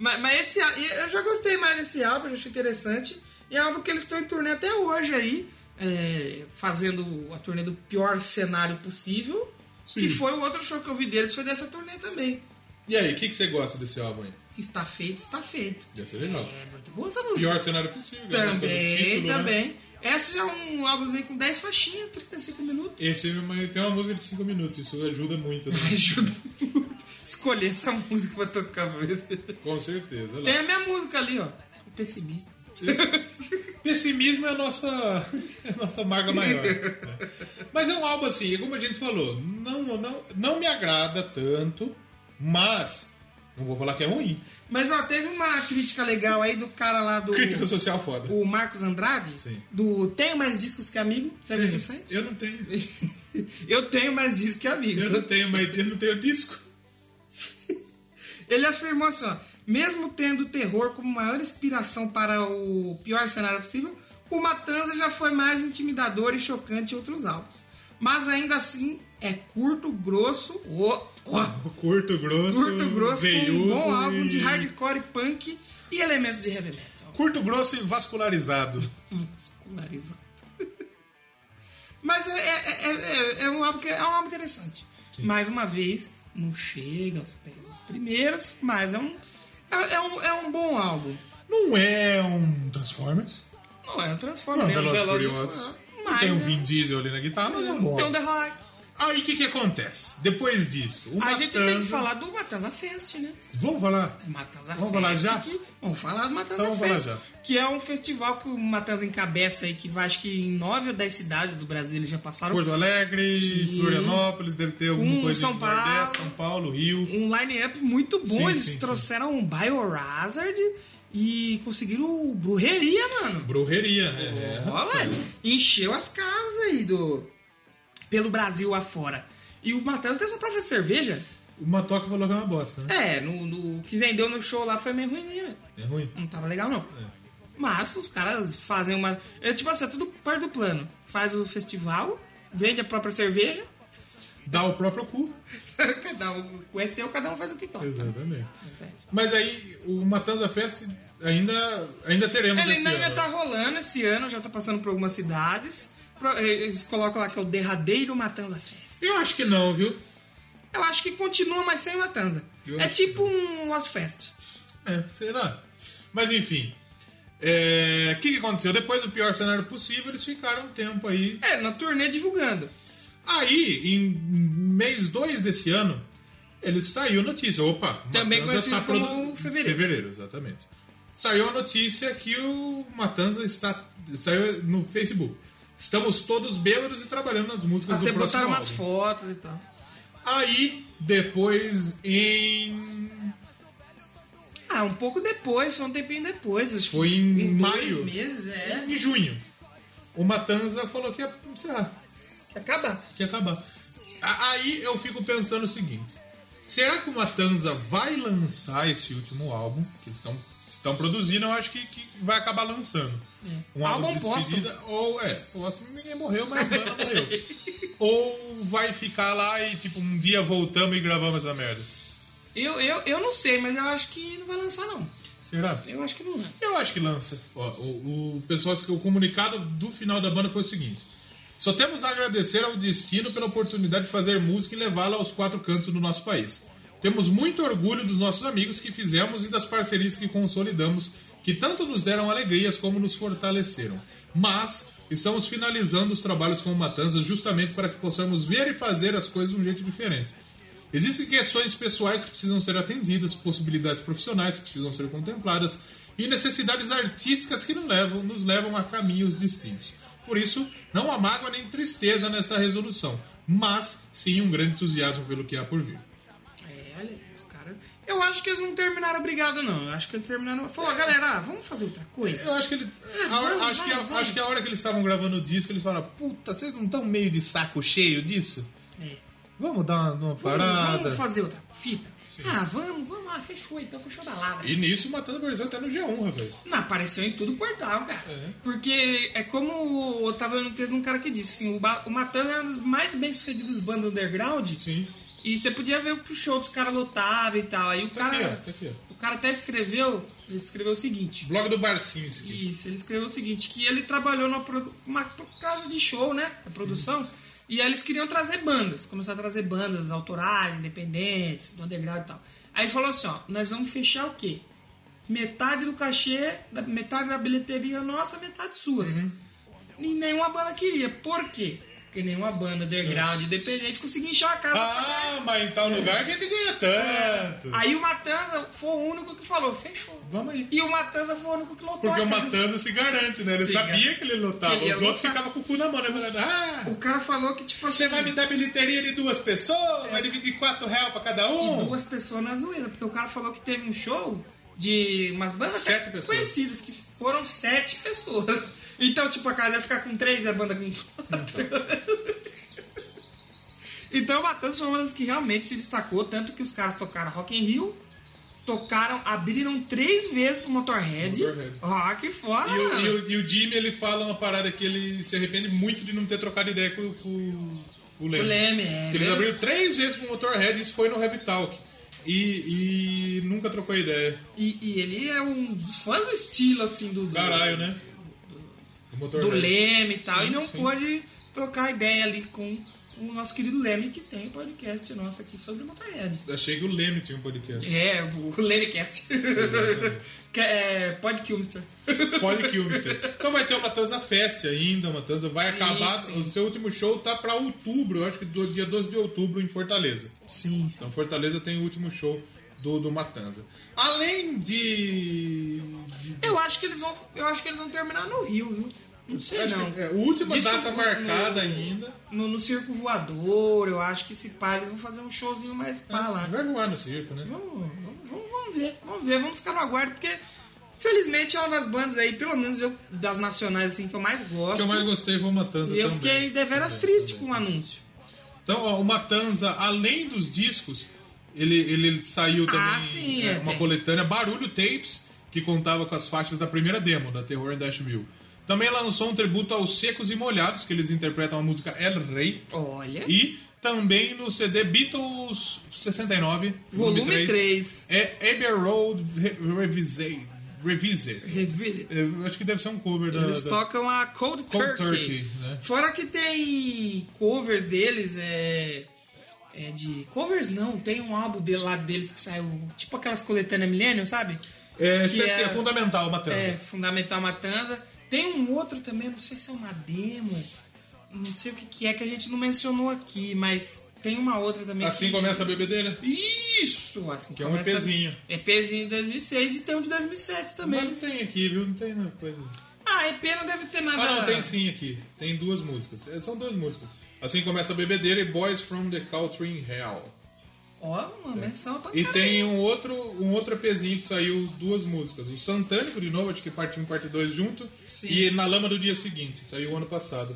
mas, mas esse á- eu já gostei mais desse álbum, eu achei interessante. E é um álbum que eles estão em turnê até hoje aí, é, fazendo a turnê do pior cenário possível.
Sim.
Que foi o outro show que eu vi deles, foi dessa turnê também.
E aí, o que, que você gosta desse álbum aí?
Que está feito, está feito.
Deve ser legal.
É muito boa essa música.
Pior cenário possível. que é a música do
também,
título, né?
também. Esse é um álbumzinho com 10 faixinhas, 35 minutos.
Esse é uma- tem uma música de 5 minutos, isso ajuda muito, né?
Ajuda muito. Escolher essa música pra tocar pra ver se-
Com certeza. né? olha
Tem
Lá.
a minha música ali, ó. O pessimista.
Pessimismo é a nossa, é a nossa marca maior. né? Mas é um álbum assim, como a gente falou, não, não, não me agrada tanto, mas não vou falar que é ruim.
Mas ó, teve uma crítica legal aí do cara lá do.
Crítica social foda.
O Marcos Andrade.
Sim.
Do Tenho Mais Discos Que Amigo. Já viu isso aí?
Eu não tenho.
Eu tenho mais discos que amigo.
Eu não tenho, mas eu não tenho disco.
Ele afirmou assim, ó. Mesmo tendo o terror como maior inspiração para o pior cenário possível, o Matanza já foi mais intimidador e chocante em outros álbuns. Mas ainda assim, é curto, grosso, ô, ô,
Curto, grosso,
curto, grosso, com um
veiudo
bom álbum
e-
de hardcore e punk e elementos de heavy metal.
Curto, grosso e vascularizado.
Vascularizado. Mas é, é- é- é- é um álbum que- é um álbum interessante. Mais uma vez, não chega aos pés dos primeiros, mas é um, é, é um, é um bom álbum.
Não é um Transformers.
Não é um Transformer,
Não,
é um
Velozes e
Veloz
Furiosos. Não
Mas
tem um
é-
Vin Diesel ali na guitarra, mas é um bom.
Tem um The Rock.
Aí o que, que acontece? Depois disso, o
A gente tem que
Matanza-
falar do Matanza Fest, né?
Vamos falar.
Matanza
Vamos
Fest.
falar já?
que- vamos falar do Matanza
Então vamos
Fest.
falar
Que é um festival que o Matanza encabeça aí, que vai acho que em nove ou dez cidades do Brasil eles já passaram.
Porto Alegre,
Sim.
Florianópolis, deve ter alguma
Um,
coisa
São
do Nordeste,
Paulo.
São Paulo, Rio.
um line-up muito bom.
Sim,
Eles
sim, sim.
trouxeram um Biohazard e conseguiram o Brujeria, mano.
Brujeria, é, é.
Ó, velho, encheu as casas aí do... pelo Brasil afora. E o Matheus teve uma prova de cerveja.
O Matoca falou que é uma bosta, né?
É, no, no- o que vendeu no show lá foi meio ruimzinho, velho.
É ruim.
Não tava legal, não.
É.
Mas os caras fazem uma. É tipo assim, é tudo parte do plano. Faz o festival, vende a própria cerveja.
Dá o próprio cu.
cada um, o SEO, cada um faz o que gosta. É.
Exatamente.
Entende?
Mas aí, o Matanza Fest ainda, ainda teremos
Ele
esse
ainda
ano.
tá rolando esse ano, já tá passando por algumas cidades. Pro- eh, Eles colocam lá que é o derradeiro Matanza Fest.
Eu acho que não, viu?
Eu acho que continua, mas sem Matanza.
Eu
é
acho
tipo um Ozfest.
É, será? Mas enfim. É, O que, que aconteceu? Depois do pior cenário possível, eles ficaram um tempo aí
É, na turnê divulgando.
Aí, em mês 2 desse ano, ele saiu a notícia. Opa,
Também
Matanza tá
conhecido como fevereiro.
Fevereiro, exatamente. Saiu a notícia que o Matanza está. Saiu no Facebook. Estamos todos bêbados e trabalhando nas músicas
Até
do próximo
botaram umas
álbum.
fotos e tal.
Aí, depois, em.
Ah, um pouco depois, só um tempinho depois. acho que
Foi em
dois
maio.
meses, é.
Em junho. O Matanza falou que ia encerrar.
Acaba.
que acabar. A- Aí eu fico pensando o seguinte: será que o Matanza vai lançar esse último álbum? Que eles estão, estão produzindo, eu acho que, que vai acabar lançando. Um álbum,
Álbum
de despedida, ou é, póstumo ninguém morreu, mas a banda morreu. Ou vai ficar lá e tipo, um dia voltamos e gravamos essa merda.
Eu, eu, eu não sei, mas eu acho que não vai lançar, não.
Será?
Eu acho que não lança.
Eu acho que lança. Ó, o, o pessoal, o comunicado do final da banda foi o seguinte: só temos a agradecer ao destino pela oportunidade de fazer música e levá-la aos quatro cantos do nosso país. Temos muito orgulho dos nossos amigos que fizemos e das parcerias que consolidamos, que tanto nos deram alegrias como nos fortaleceram. Mas estamos finalizando os trabalhos com o Matanza justamente para que possamos ver e fazer as coisas de um jeito diferente. Existem questões pessoais que precisam ser atendidas, possibilidades profissionais que precisam ser contempladas e necessidades artísticas que nos levam, nos levam a caminhos distintos. Por isso, não há mágoa nem tristeza nessa resolução, mas sim um grande entusiasmo pelo que há por vir.
É, olha aí, os caras. Eu acho que eles não terminaram obrigado, não. Eu acho que eles terminaram. Falou, galera, ah, vamos fazer outra coisa.
Eu acho que, ele, a hora-
É, vai,
acho, que a,
vai, vai.
acho que a hora que eles estavam gravando o disco, eles falaram: Puta, vocês não estão meio de saco cheio disso?
É.
Vamos dar uma, uma
Vamos,
parada.
vamos fazer outra fita. Ah, vamos, vamos. Ah, fechou então, fechou da lada.
E nisso matando o Brasil até no G1, rapaz.
Não, apareceu em tudo o portal, cara.
É.
Porque é como o Otávio no texto de um cara que disse, assim, o, Ba- o Matando era um dos mais bem sucedidos bandos underground.
Sim.
E você podia ver que o show dos caras lotava e tal. Aí o
Tá
cara.
aqui, ó, tá aqui, ó.
O cara até escreveu. Ele escreveu o seguinte.
Blog do Barcinski.
Isso, ele escreveu o seguinte, que ele trabalhou numa produ- uma pro- casa de show, né? A produção. E aí eles queriam trazer bandas. Começaram a trazer bandas autorais, independentes, do underground e tal. Aí ele falou assim, ó, nós vamos fechar o quê? Metade do cachê, da- metade da bilheteria nossa, metade suas.
Uhum.
E nenhuma banda queria. Por quê? Porque nenhuma banda underground, independente, conseguia encher a casa.
Ah, mas em tal lugar a gente ganha tanto.
Aí o Matanza foi o único que falou, fechou.
Vamos aí.
E o Matanza foi o único que lotou
Porque
a
o
casa.
Matanza se garante, né? Ele
Se
sabia
garante.
que ele lotava.
Ele ia
Os outros
lotar.
ficavam com o cu na mão, né? Falando, ah,
O cara falou que, tipo assim.
você vai me dar bilheteria de duas pessoas? Vai dividir quatro reais pra cada
É. E
um?
duas pessoas na zoeira, porque o cara falou que teve um show de umas bandas
Sete
até
pessoas.
conhecidas, que foram sete pessoas. Então, tipo, a casa ia ficar com três e a banda com quatro. então, o Matanzas foi uma das que realmente se destacou, tanto que os caras tocaram Rock in Rio, tocaram, abriram três vezes pro Motorhead. Ah,
Motorhead.
Rock fora.
E o, e o- e o Jimmy, ele fala uma parada que ele se arrepende muito de não ter trocado ideia com, com- com o
o
Leme.
Leme, é,
Eles
Leme.
abriram três vezes pro Motorhead, isso foi no Heavy Talk. E, e nunca trocou ideia.
E, e ele é um dos fãs do estilo, assim, do. do-
Caralho, né? Do
do
Motorhead.
Leme e tal, e não
sim.
pôde trocar ideia ali com o nosso querido Leme, que tem podcast nosso aqui sobre Motorhead.
Achei que o Leme tinha um podcast.
É, o Lemecast. que é, Podkilmister.
Pode que o Mister. Então vai ter o Matanza Fest ainda, o Matanza vai
Sim,
acabar.
sim.
O seu último show tá pra outubro, eu acho que do dia 12 de outubro em Fortaleza.
Sim, sim.
Então Fortaleza tem o último show do, do Matanza. Além de. de-
Eu acho que eles vão. Eu acho que eles vão terminar no Rio, viu? Não sei né?
acho
não.
que- é, a última
Diz que
data
no-
marcada ainda.
No, no circo voador, eu acho que se pá, eles vão fazer um showzinho mais pá lá.
Vai voar no circo, né?
Vamos, vamos, vamos- vamos ver, vamos ver, vamos ficar no aguardo, porque felizmente é uma das bandas aí, pelo menos eu, das nacionais assim, que eu mais
O
gosto.
que eu mais gostei foi o Matanza
E eu
também.
fiquei deveras
Também,
triste
também.
com o tipo, um anúncio.
Então, ó, o Matanza, além dos discos, ele, ele saiu também
Ah, sim,
né,
é,
uma
tem.
coletânea Barulho Tapes, que contava com as faixas da primeira demo, da Terror and Dash Mill. Também lançou um tributo aos Secos e Molhados, que eles interpretam a música El Rey.
Olha.
E também no CD Beatles 69,
volume 3.
É Abbey Road Re- Revised. Revised.
Revisit.
Eu acho que deve ser um cover da...
Eles
da-
tocam a Cold,
Cold
Turkey.
Turkey, né?
Fora que tem covers deles, é. É de. Covers não, tem um álbum de lá deles que saiu. Tipo aquelas coletâneas Millennium, sabe?
É,
Que
CC, é...
é-
fundamental, Matanza.
É, Fundamental Matanza. Tem um outro também, não sei se é uma demo. Não sei o que, que é que a gente não mencionou aqui, mas tem uma outra também.
Assim
que-
começa a bebedeira.
Isso! Assim
Que é um
começa-
EPzinho.
EPzinho de 2006 e tem um de 2007 também.
Mas não tem aqui, viu? Não tem não, coisa.
Ah, EP não deve ter nada.
Ah, não, tem sim aqui. Tem duas músicas. É, São duas músicas. Assim começa a bebedeira e Boys from the Culturing Hell.
Ó, uma menção pra
É. E
caralho.
tem um outro, um outro EPzinho que saiu duas músicas. O Santânico, de novo, acho que parte 1 e parte 2 junto.
Sim.
E Na Lama do Dia Seguinte, saiu ano passado.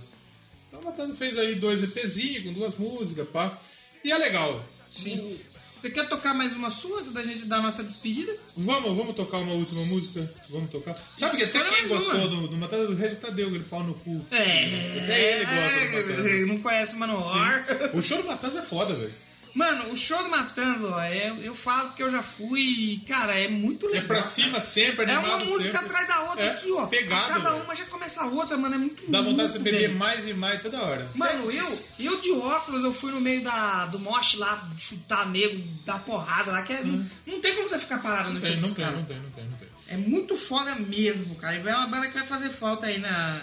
Então o Matando fez aí dois EPzinhos com duas músicas, pá. E é legal.
Sim. Você quer tocar mais uma sua antes da gente dar a nossa despedida?
Vamos, vamos tocar uma última música? Vamos tocar. Sabe que até
Escolha
quem
mais é uma.
gostou do, do Matando do Regis Tadeu, aquele pau no cu.
É.
Até ele gosta do Matanza.
Não conhece Manoar.
O show do Matanza é foda, velho.
Mano, o show do Matanza, ó, é, eu falo que eu já fui e, cara, é muito
É
legal.
pra cima sempre,
É
animado
uma música
sempre.
atrás da outra
É,
aqui, ó.
Pegado,
A cada
velho.
uma já começa a outra, mano. É muito
Dá vontade de
louco,
você beber
velho.
mais e mais toda hora.
Mano, eu, eu de óculos, eu fui no meio da, do mosh lá, chutar nego, dar porrada lá, que é- não, não tem como você ficar parado no
Hum. Não
show
tem,
dos
não tem,
caras.
não tem, não tem, não tem.
É muito foda mesmo, cara. E É uma banda que vai fazer falta aí na,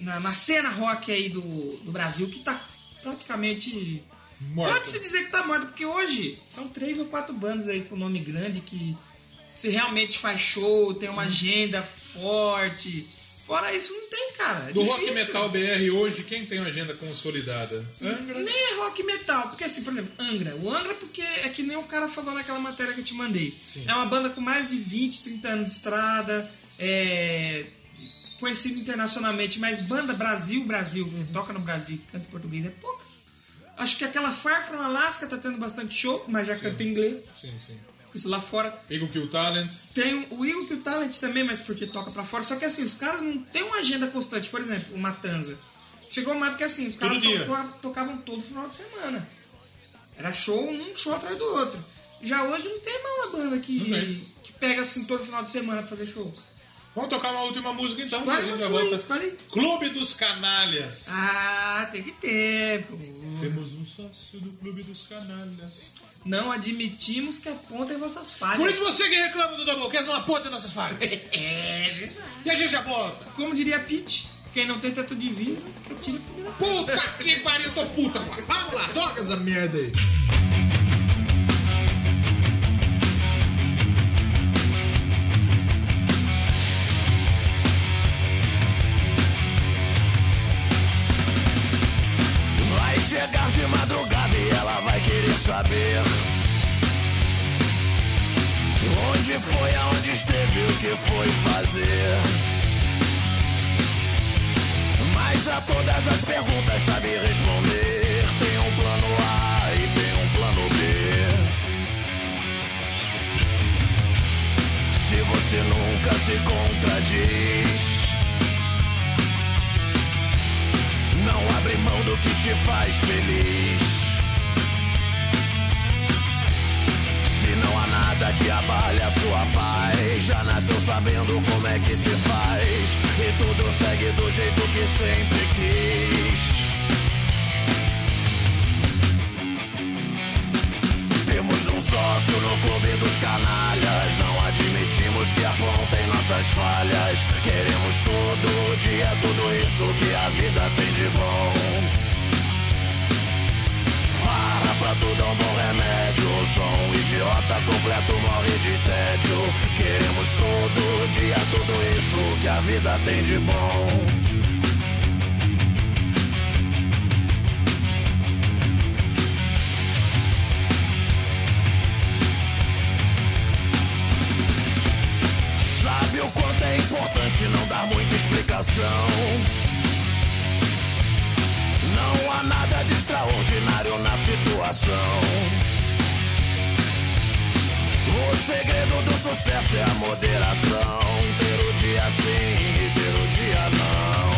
na, na cena rock aí do, do Brasil, que tá praticamente.
Morta.
Pode se dizer que tá morta, porque hoje são três ou quatro bandas aí com nome grande que se realmente faz show, tem
Hum.
uma agenda forte. Fora isso, não tem, cara. É
Do
difícil.
Rock Metal BR hoje, quem tem uma agenda consolidada? Angra?
Nem é rock metal, porque assim, por exemplo, Angra. O Angra, porque é que nem o cara falou naquela matéria que eu te mandei.
Sim.
É uma banda com mais de 20, 30 anos de estrada, é...
Uhum.
conhecida internacionalmente, mas banda Brasil, Brasil, toca no Brasil e canta em português, é poucas. Acho que aquela Far From Alaska tá tendo bastante show, mas já canta em inglês.
Sim, sim.
Por isso lá fora
Eagle Kill Talent.
Tem o Will que o Talent também, mas porque toca pra fora. Só que assim, os caras não têm uma agenda constante. Por exemplo, o Matanza. Chegou uma época que assim, os
Todo
caras
dia.
toca- tocavam todo final de semana. Era show, um show atrás do outro. Já hoje não tem mais uma banda
Não
que,
tem.
que pega assim todo final de semana pra fazer show.
Vamos tocar uma última música então, que a
escolhe
gente
uma
já
sua aí,
volta.
escolhe aí.
Clube dos Canalhas.
Ah, tem que ter. pô.
Temos um sócio do Clube dos Canalhas.
Não admitimos que apontem vossas falhas.
Por isso você que reclama do Doublecast, não aponta nossas falhas.
É verdade.
E a gente já volta.
Como diria Pete, quem não tem teto é divino, que tira a primeira
Puta que pariu, tô puta, mano. Vamos lá, toca essa merda aí.
Vai chegar de madrugada e ela vai querer saber Onde foi, aonde esteve, o que foi fazer Mas a todas as perguntas sabe responder Tem um plano A e tem um plano B Se você nunca se contradiz Não abre mão do que te faz feliz. Se não há nada que abale a sua paz, já nasceu sabendo como é que se faz. E tudo segue do jeito que sempre quis. Temos um sócio no clube dos canalhas. Não admitimos que apontem nossas falhas. Queremos todo dia é tudo isso que a vida tem de bom. Farra pra tudo é um bom remédio. Sou um idiota completo, morre de tédio. Queremos todo dia é tudo isso que a vida tem de bom. Sabe o quanto é importante não dar muita explicação. Não há nada de extraordinário na situação. O segredo do sucesso é a moderação. Ter o dia sim e ter o dia não.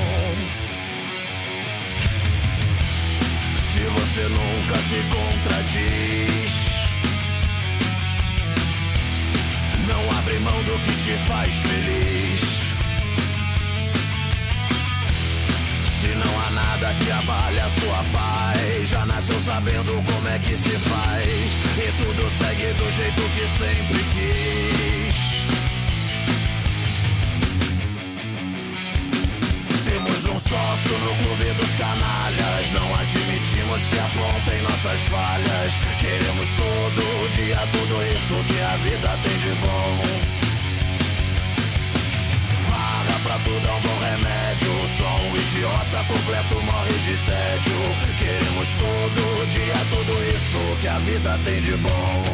Se você nunca se contradiz. Não abre mão do que te faz feliz. Se não há nada que abale a sua paz, já nasceu sabendo como é que se faz. E tudo segue do jeito que sempre quis. Temos um sócio no clube dos canalhas. Não admitimos que apontem nossas falhas. Queremos todo dia tudo isso que a vida tem de bom. Farra pra tudo é um bom remédio. Só um idiota completo morre de tédio. Queremos todo dia tudo isso que a vida tem de bom.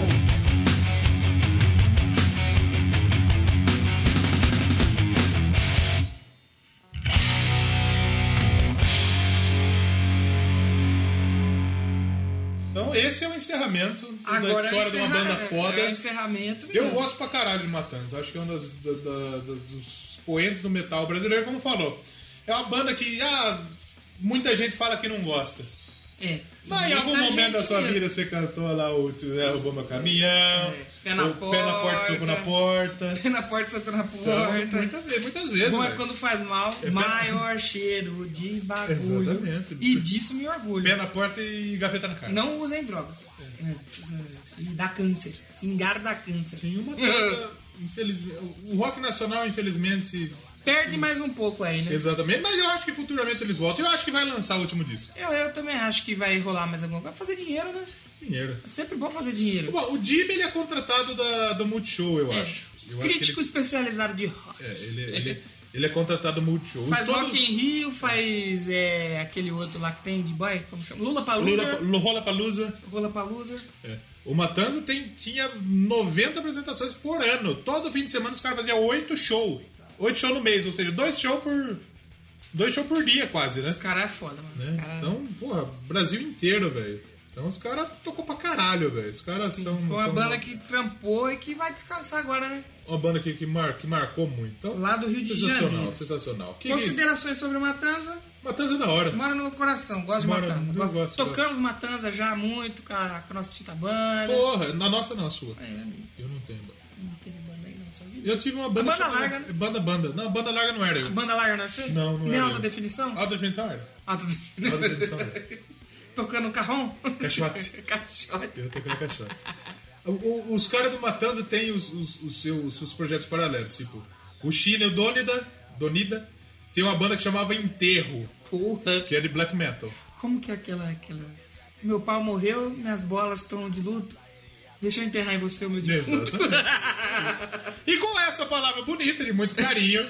Então, esse é o encerramento da
Agora
história de uma
encerra-
banda foda.
É, encerramento.
Eu
né?
gosto pra caralho de Matanza. Acho que é um das, da- da- da- dos poentes do metal brasileiro, como falou. É uma banda que ah, muita gente fala que não gosta.
É.
Mas em
Muita
algum momento
gente
da sua
mesmo. É,
vida você cantou lá o Tu Derrubou Meu Caminhão,
Pé na
o Pé na Porta,
Porta.
Soco na Porta.
Pé na porta, soco na
Então,
porta.
muita vez- muitas vezes.
Bom é
velho.
quando faz mal,
pé-
maior cheiro de bagulho.
Exatamente.
E disso me orgulho.
Pé na Porta e Gaveta na Cara.
Não usem drogas. É. E dá câncer. Singar dá câncer. É,
Sim, o Matanza, infelizmente. O rock nacional, infelizmente.
Perde
assim.
mais um pouco aí, né?
Exatamente. Mas eu acho que futuramente eles voltam. Eu acho que vai lançar o último disco.
Eu, eu também acho que vai rolar mais alguma coisa. Vai fazer dinheiro, né?
Dinheiro.
É sempre bom fazer dinheiro.
Bom, o Jimmy ele é contratado da, da Multishow, eu
É.
acho. Eu acho
Crítico especializado de rock.
que ele, é, ele, ele, ele é contratado da Multishow.
Faz
Todos-
Rock em Rio, faz é, aquele outro lá que tem de boy, como chama? Lula Palusa.
Lula, Rola Palusa.
Lula Palusa.
O Matanza tem, tinha 90 apresentações por ano. Todo fim de semana os caras faziam 8 shows. 8 shows no mês, ou seja, dois shows por, Dois shows por dia, quase, né?
Esse cara é foda, mano. Esse
né?
cara-
Então, porra, Brasil inteiro, velho. Então os caras tocou pra caralho, velho. Os caras são.
Foi uma
são
banda que trampou e que vai descansar agora, né?
Uma banda que, que, mar, que marcou muito. Então,
Lá do Rio de
sensacional,
Janeiro.
sensacional. Que, que...
Considerações sobre Matanza?
Matanza é da hora.
Mora no meu coração, gosto
Mora-
de Matanza.
eu gosto,
Tocamos Matanza já muito com a, com a nossa Tita Banda.
Porra, na nossa não, a sua.
É, amigo,
Eu não tenho banda.
não teve banda aí na sua vida?
Eu tive uma banda.
A banda larga, né?
Banda, banda. Não, banda larga não era eu.
Banda larga não é assim?
Não, não Ah.
Nem
era
alta
eu.
definição?
Alta definição era.
Alta
Alta
definição.
definição era.
Tocando carrom?
Caixote.
Caixote.
Eu toquei caixote. O- o- Os caras do Matanza têm os, os, os seus, os seus projetos paralelos. Tipo, o China e o Donida, Donida tem uma banda que chamava Enterro,
Porra.
que é de black metal.
Como que é aquela, aquela. Meu pau morreu, minhas bolas estão de luto. Deixa eu enterrar em você o meu defunto.
E com essa palavra bonita, de muito carinho,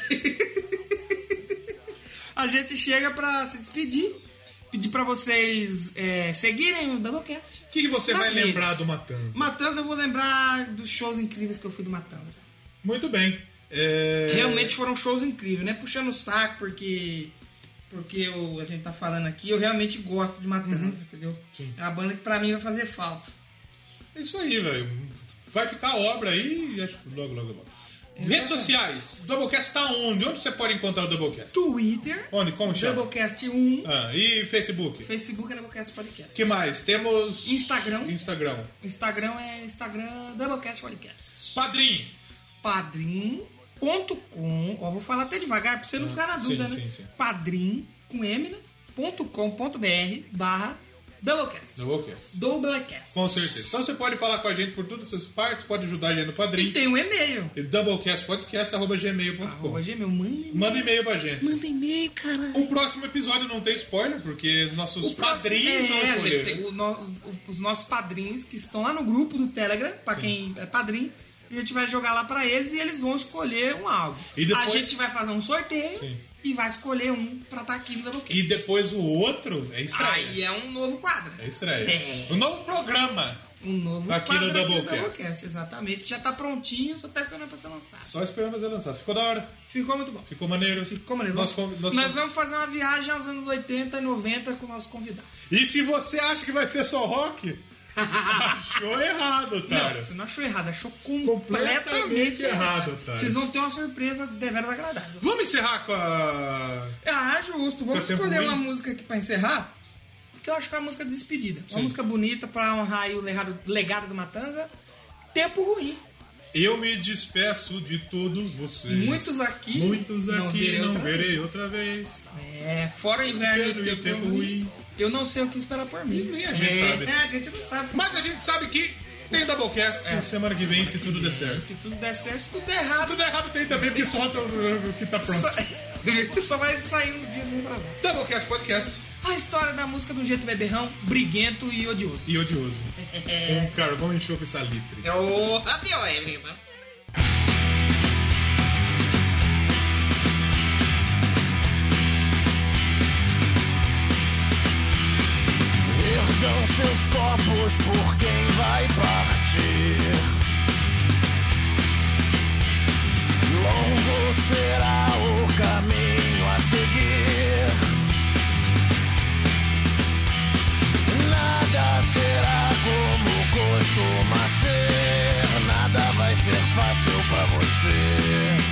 A gente chega pra se despedir. Pedir pra vocês é, seguirem o Doublecast.
o que, que você
Nas
vai
redes.
lembrar do Matanza?
Matanza, eu vou lembrar dos shows incríveis que eu fui do Matanza.
Muito bem. É,
Realmente foram shows incríveis, né? Puxando o saco, porque. Porque eu- a gente tá falando aqui, eu realmente gosto de Matanza, entendeu?
Uhum. Sim.
É uma banda que pra mim vai fazer falta.
É isso aí, velho. Vai ficar a obra aí e acho que logo, logo, logo. Redes sociais. Doublecast tá onde? Onde você pode encontrar o Doublecast?
Twitter,
Onde? Como chama?
Doublecast 1,
Ah, e Facebook?
Facebook é Doublecast Podcast.
que mais? Temos.
Instagram.
Instagram.
Instagram é Instagram Doublecast Podcast.
Padrim.
Padrim.com. Ó, vou falar até devagar pra você não ficar na
Ah, sim,
dúvida, né?
sim, sim.
Padrim com M, né? Ponto .com.br barra Doublecast.
Doublecast.
Doublecast.
Com certeza. Então você pode falar com a gente por todas essas partes, pode ajudar a gente no
E
Padrim.
tem um e-mail.
Doublecastpodcast.gmail.com
Arroba gmail, manda e-mail.
Manda é e-mail pra gente.
Manda e-mail, cara.
O próximo episódio não tem spoiler, porque nossos padrinhos não
é, gente,
escolheram.
tem o no- os- os nossos padrinhos que estão lá no grupo do Telegram, pra quem é padrinho, a gente vai jogar lá pra eles e eles vão escolher um álbum.
E depois-
A gente vai fazer um sorteio
Sim.
e vai escolher um pra estar aqui no Doublecast.
E depois o outro é estreia.
Aí é um novo quadro.
É estreia.
É.
O novo programa.
Um novo
Aqui
quadro
no
aqui
Doublecast.
Exatamente, que já tá prontinho, só tá esperando pra ser lançado.
Só esperando fazer lançar. Ficou da hora.
Ficou muito bom.
Ficou maneiro. assim.
Ficou maneiro.
Nós, fomos-
nós,
nós fomos-
vamos fazer uma viagem aos anos 80 e 90 com o nosso convidado.
E se você acha que vai ser só rock, achou errado,
Não,
cara.
você não achou errado, achou completamente,
Completamente errado,
errado.
otário.
Vocês vão ter uma surpresa deveras agradável.
Vamos encerrar com a.
Ah, justo.
Tá
Vamos
tempo
escolher
ruim?
uma música aqui pra encerrar, que eu acho que é uma música de despedida. Uma
Sim.
música bonita pra honrar aí o legado, legado do Matanza. Tempo ruim.
Eu me despeço de todos vocês.
Muitos aqui
É Muitos
não
aqui
verei
não
outra
verei outra vez.
É, fora o inverno
Inverno
e o tempo ruim. Eu não sei o que esperar por mim.
nem a gente
é,
sabe.
É, a gente não sabe.
Mas a gente sabe que tem Doublecast É, semana que vem, se tudo der certo.
se tudo der certo, se tudo der
Se
errado,
tudo der errado, tem também, porque solta o o que tá pronto.
só, só vai sair uns dias aí pra lá.
Doublecast Podcast
A história da música do jeito beberrão, briguento e odioso.
e Odioso. Um carvão enxou com essa litre.
É o pior, é, menina.
Ergam seus corpos por quem vai partir. Longo será o caminho a seguir. Nada será como costuma ser. Nada vai ser fácil pra você.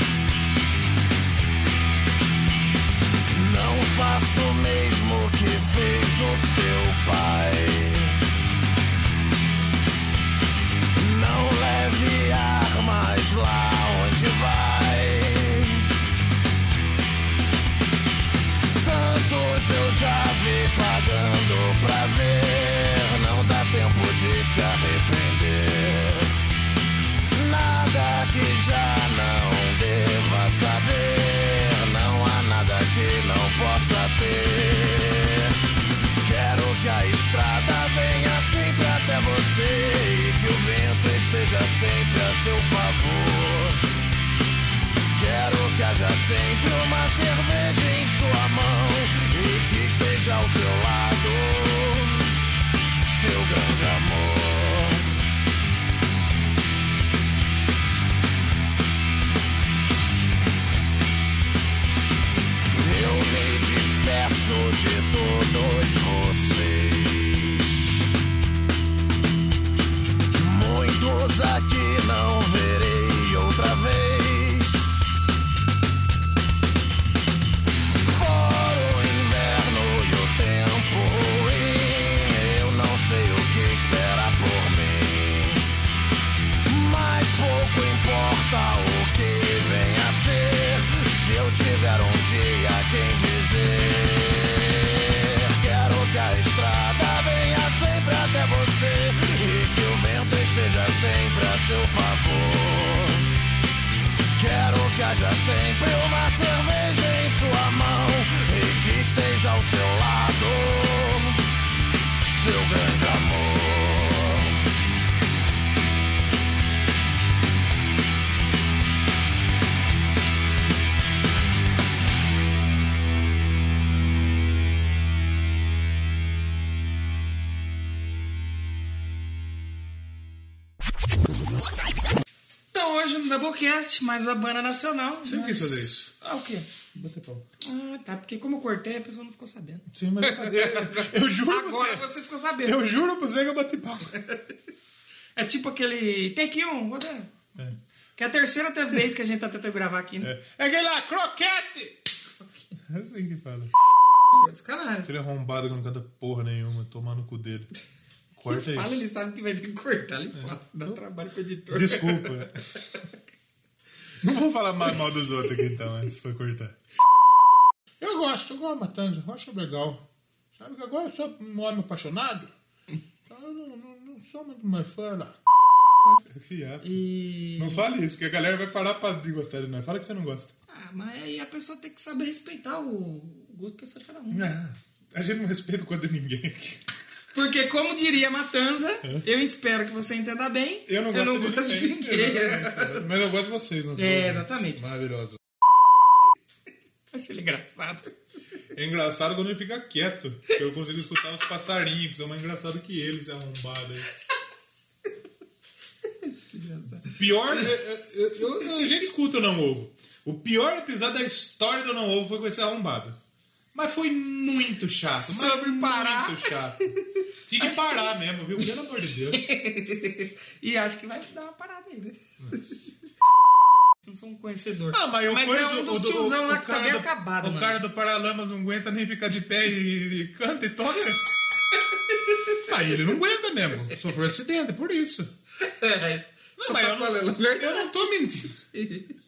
Não faço o mesmo que fez o seu pai. Não leve armas lá onde vai. Tantos eu já vi pagando pra ver. Não dá tempo de se arrepender. Nada que já não deva saber. Não há nada que não possa ter. Quero que a estrada venha sempre até você e que o vento esteja sempre a seu favor. Quero que haja sempre uma cerveja em sua mão e que esteja ao seu lado. Seu grande amor. Eu me um dia quem dizer. Quero que a estrada venha sempre até você e que o vento esteja sempre a seu favor. Quero que haja sempre uma cerveja em sua mão e que esteja ao seu lado seu grande amor.
Então hoje no Doublecast, mais uma banda nacional.
Você
mas-
quis fazer isso.
Ah, o quê?
Bater pau.
Ah, tá, porque como eu cortei, a pessoa não ficou sabendo.
Sim, mas eu, eu juro pra
Agora
você.
você ficou sabendo.
Eu juro pra você que eu bati pau.
É tipo aquele take um, vou dar. Que é a terceira até vez que a gente tá tentando gravar aqui, né?
É, é aquele lá, croquete! É assim que fala.
É Caralho.
Aquele arrombado que não canta porra nenhuma, tomar no cu dele. Corta
Fala,
isso.
ele sabe que vai ter que cortar.
É.
Ele fala, dá trabalho pro editor.
Desculpa. Não vou falar mais mal dos outros aqui então, antes pra cortar. Eu gosto, eu gosto Matanza, eu acho legal. Sabe que agora eu sou um homem apaixonado? Então eu não, não, não sou muito mais fã lá.
E.
é. Não fale isso, porque a galera vai parar pra gostar de nós. Fala que você não gosta.
Ah, mas aí a pessoa tem que saber respeitar o o gosto pessoal de cada um.
É. a gente não respeita o quanto de ninguém aqui.
Porque, como diria Matanza, eu espero que você entenda bem.
É. Eu não gosto,
gosto de ninguém.
Exatamente. Mas eu gosto de vocês, não sou
É, exatamente.
Maravilhoso.
Achei ele engraçado.
É engraçado quando ele fica quieto. que Eu consigo escutar os passarinhos, que são mais engraçados que ele, esse arrombado aí. Pior. é- é- eu- eu- eu- a gente escuta o Não Ovo. O pior episódio da história do Não Ovo foi com esse arrombado. Mas foi muito chato. mas
Sobre parar.
Muito chato. Tinha que parar mesmo, viu? Pelo amor de Deus.
E acho que vai dar uma parada aí, né? Não sou um conhecedor.
Ah, mas eu
Mas
conheço
é um
o
dos
do-
tiozão lá que tá
cara
bem
do-
acabado,
O
mano.
cara do Paralamas não aguenta nem ficar de pé e, e canta e toca. Aí ele não aguenta mesmo. Sofreu acidente, por isso.
É,
Não, mas eu, não, eu não tô mentindo.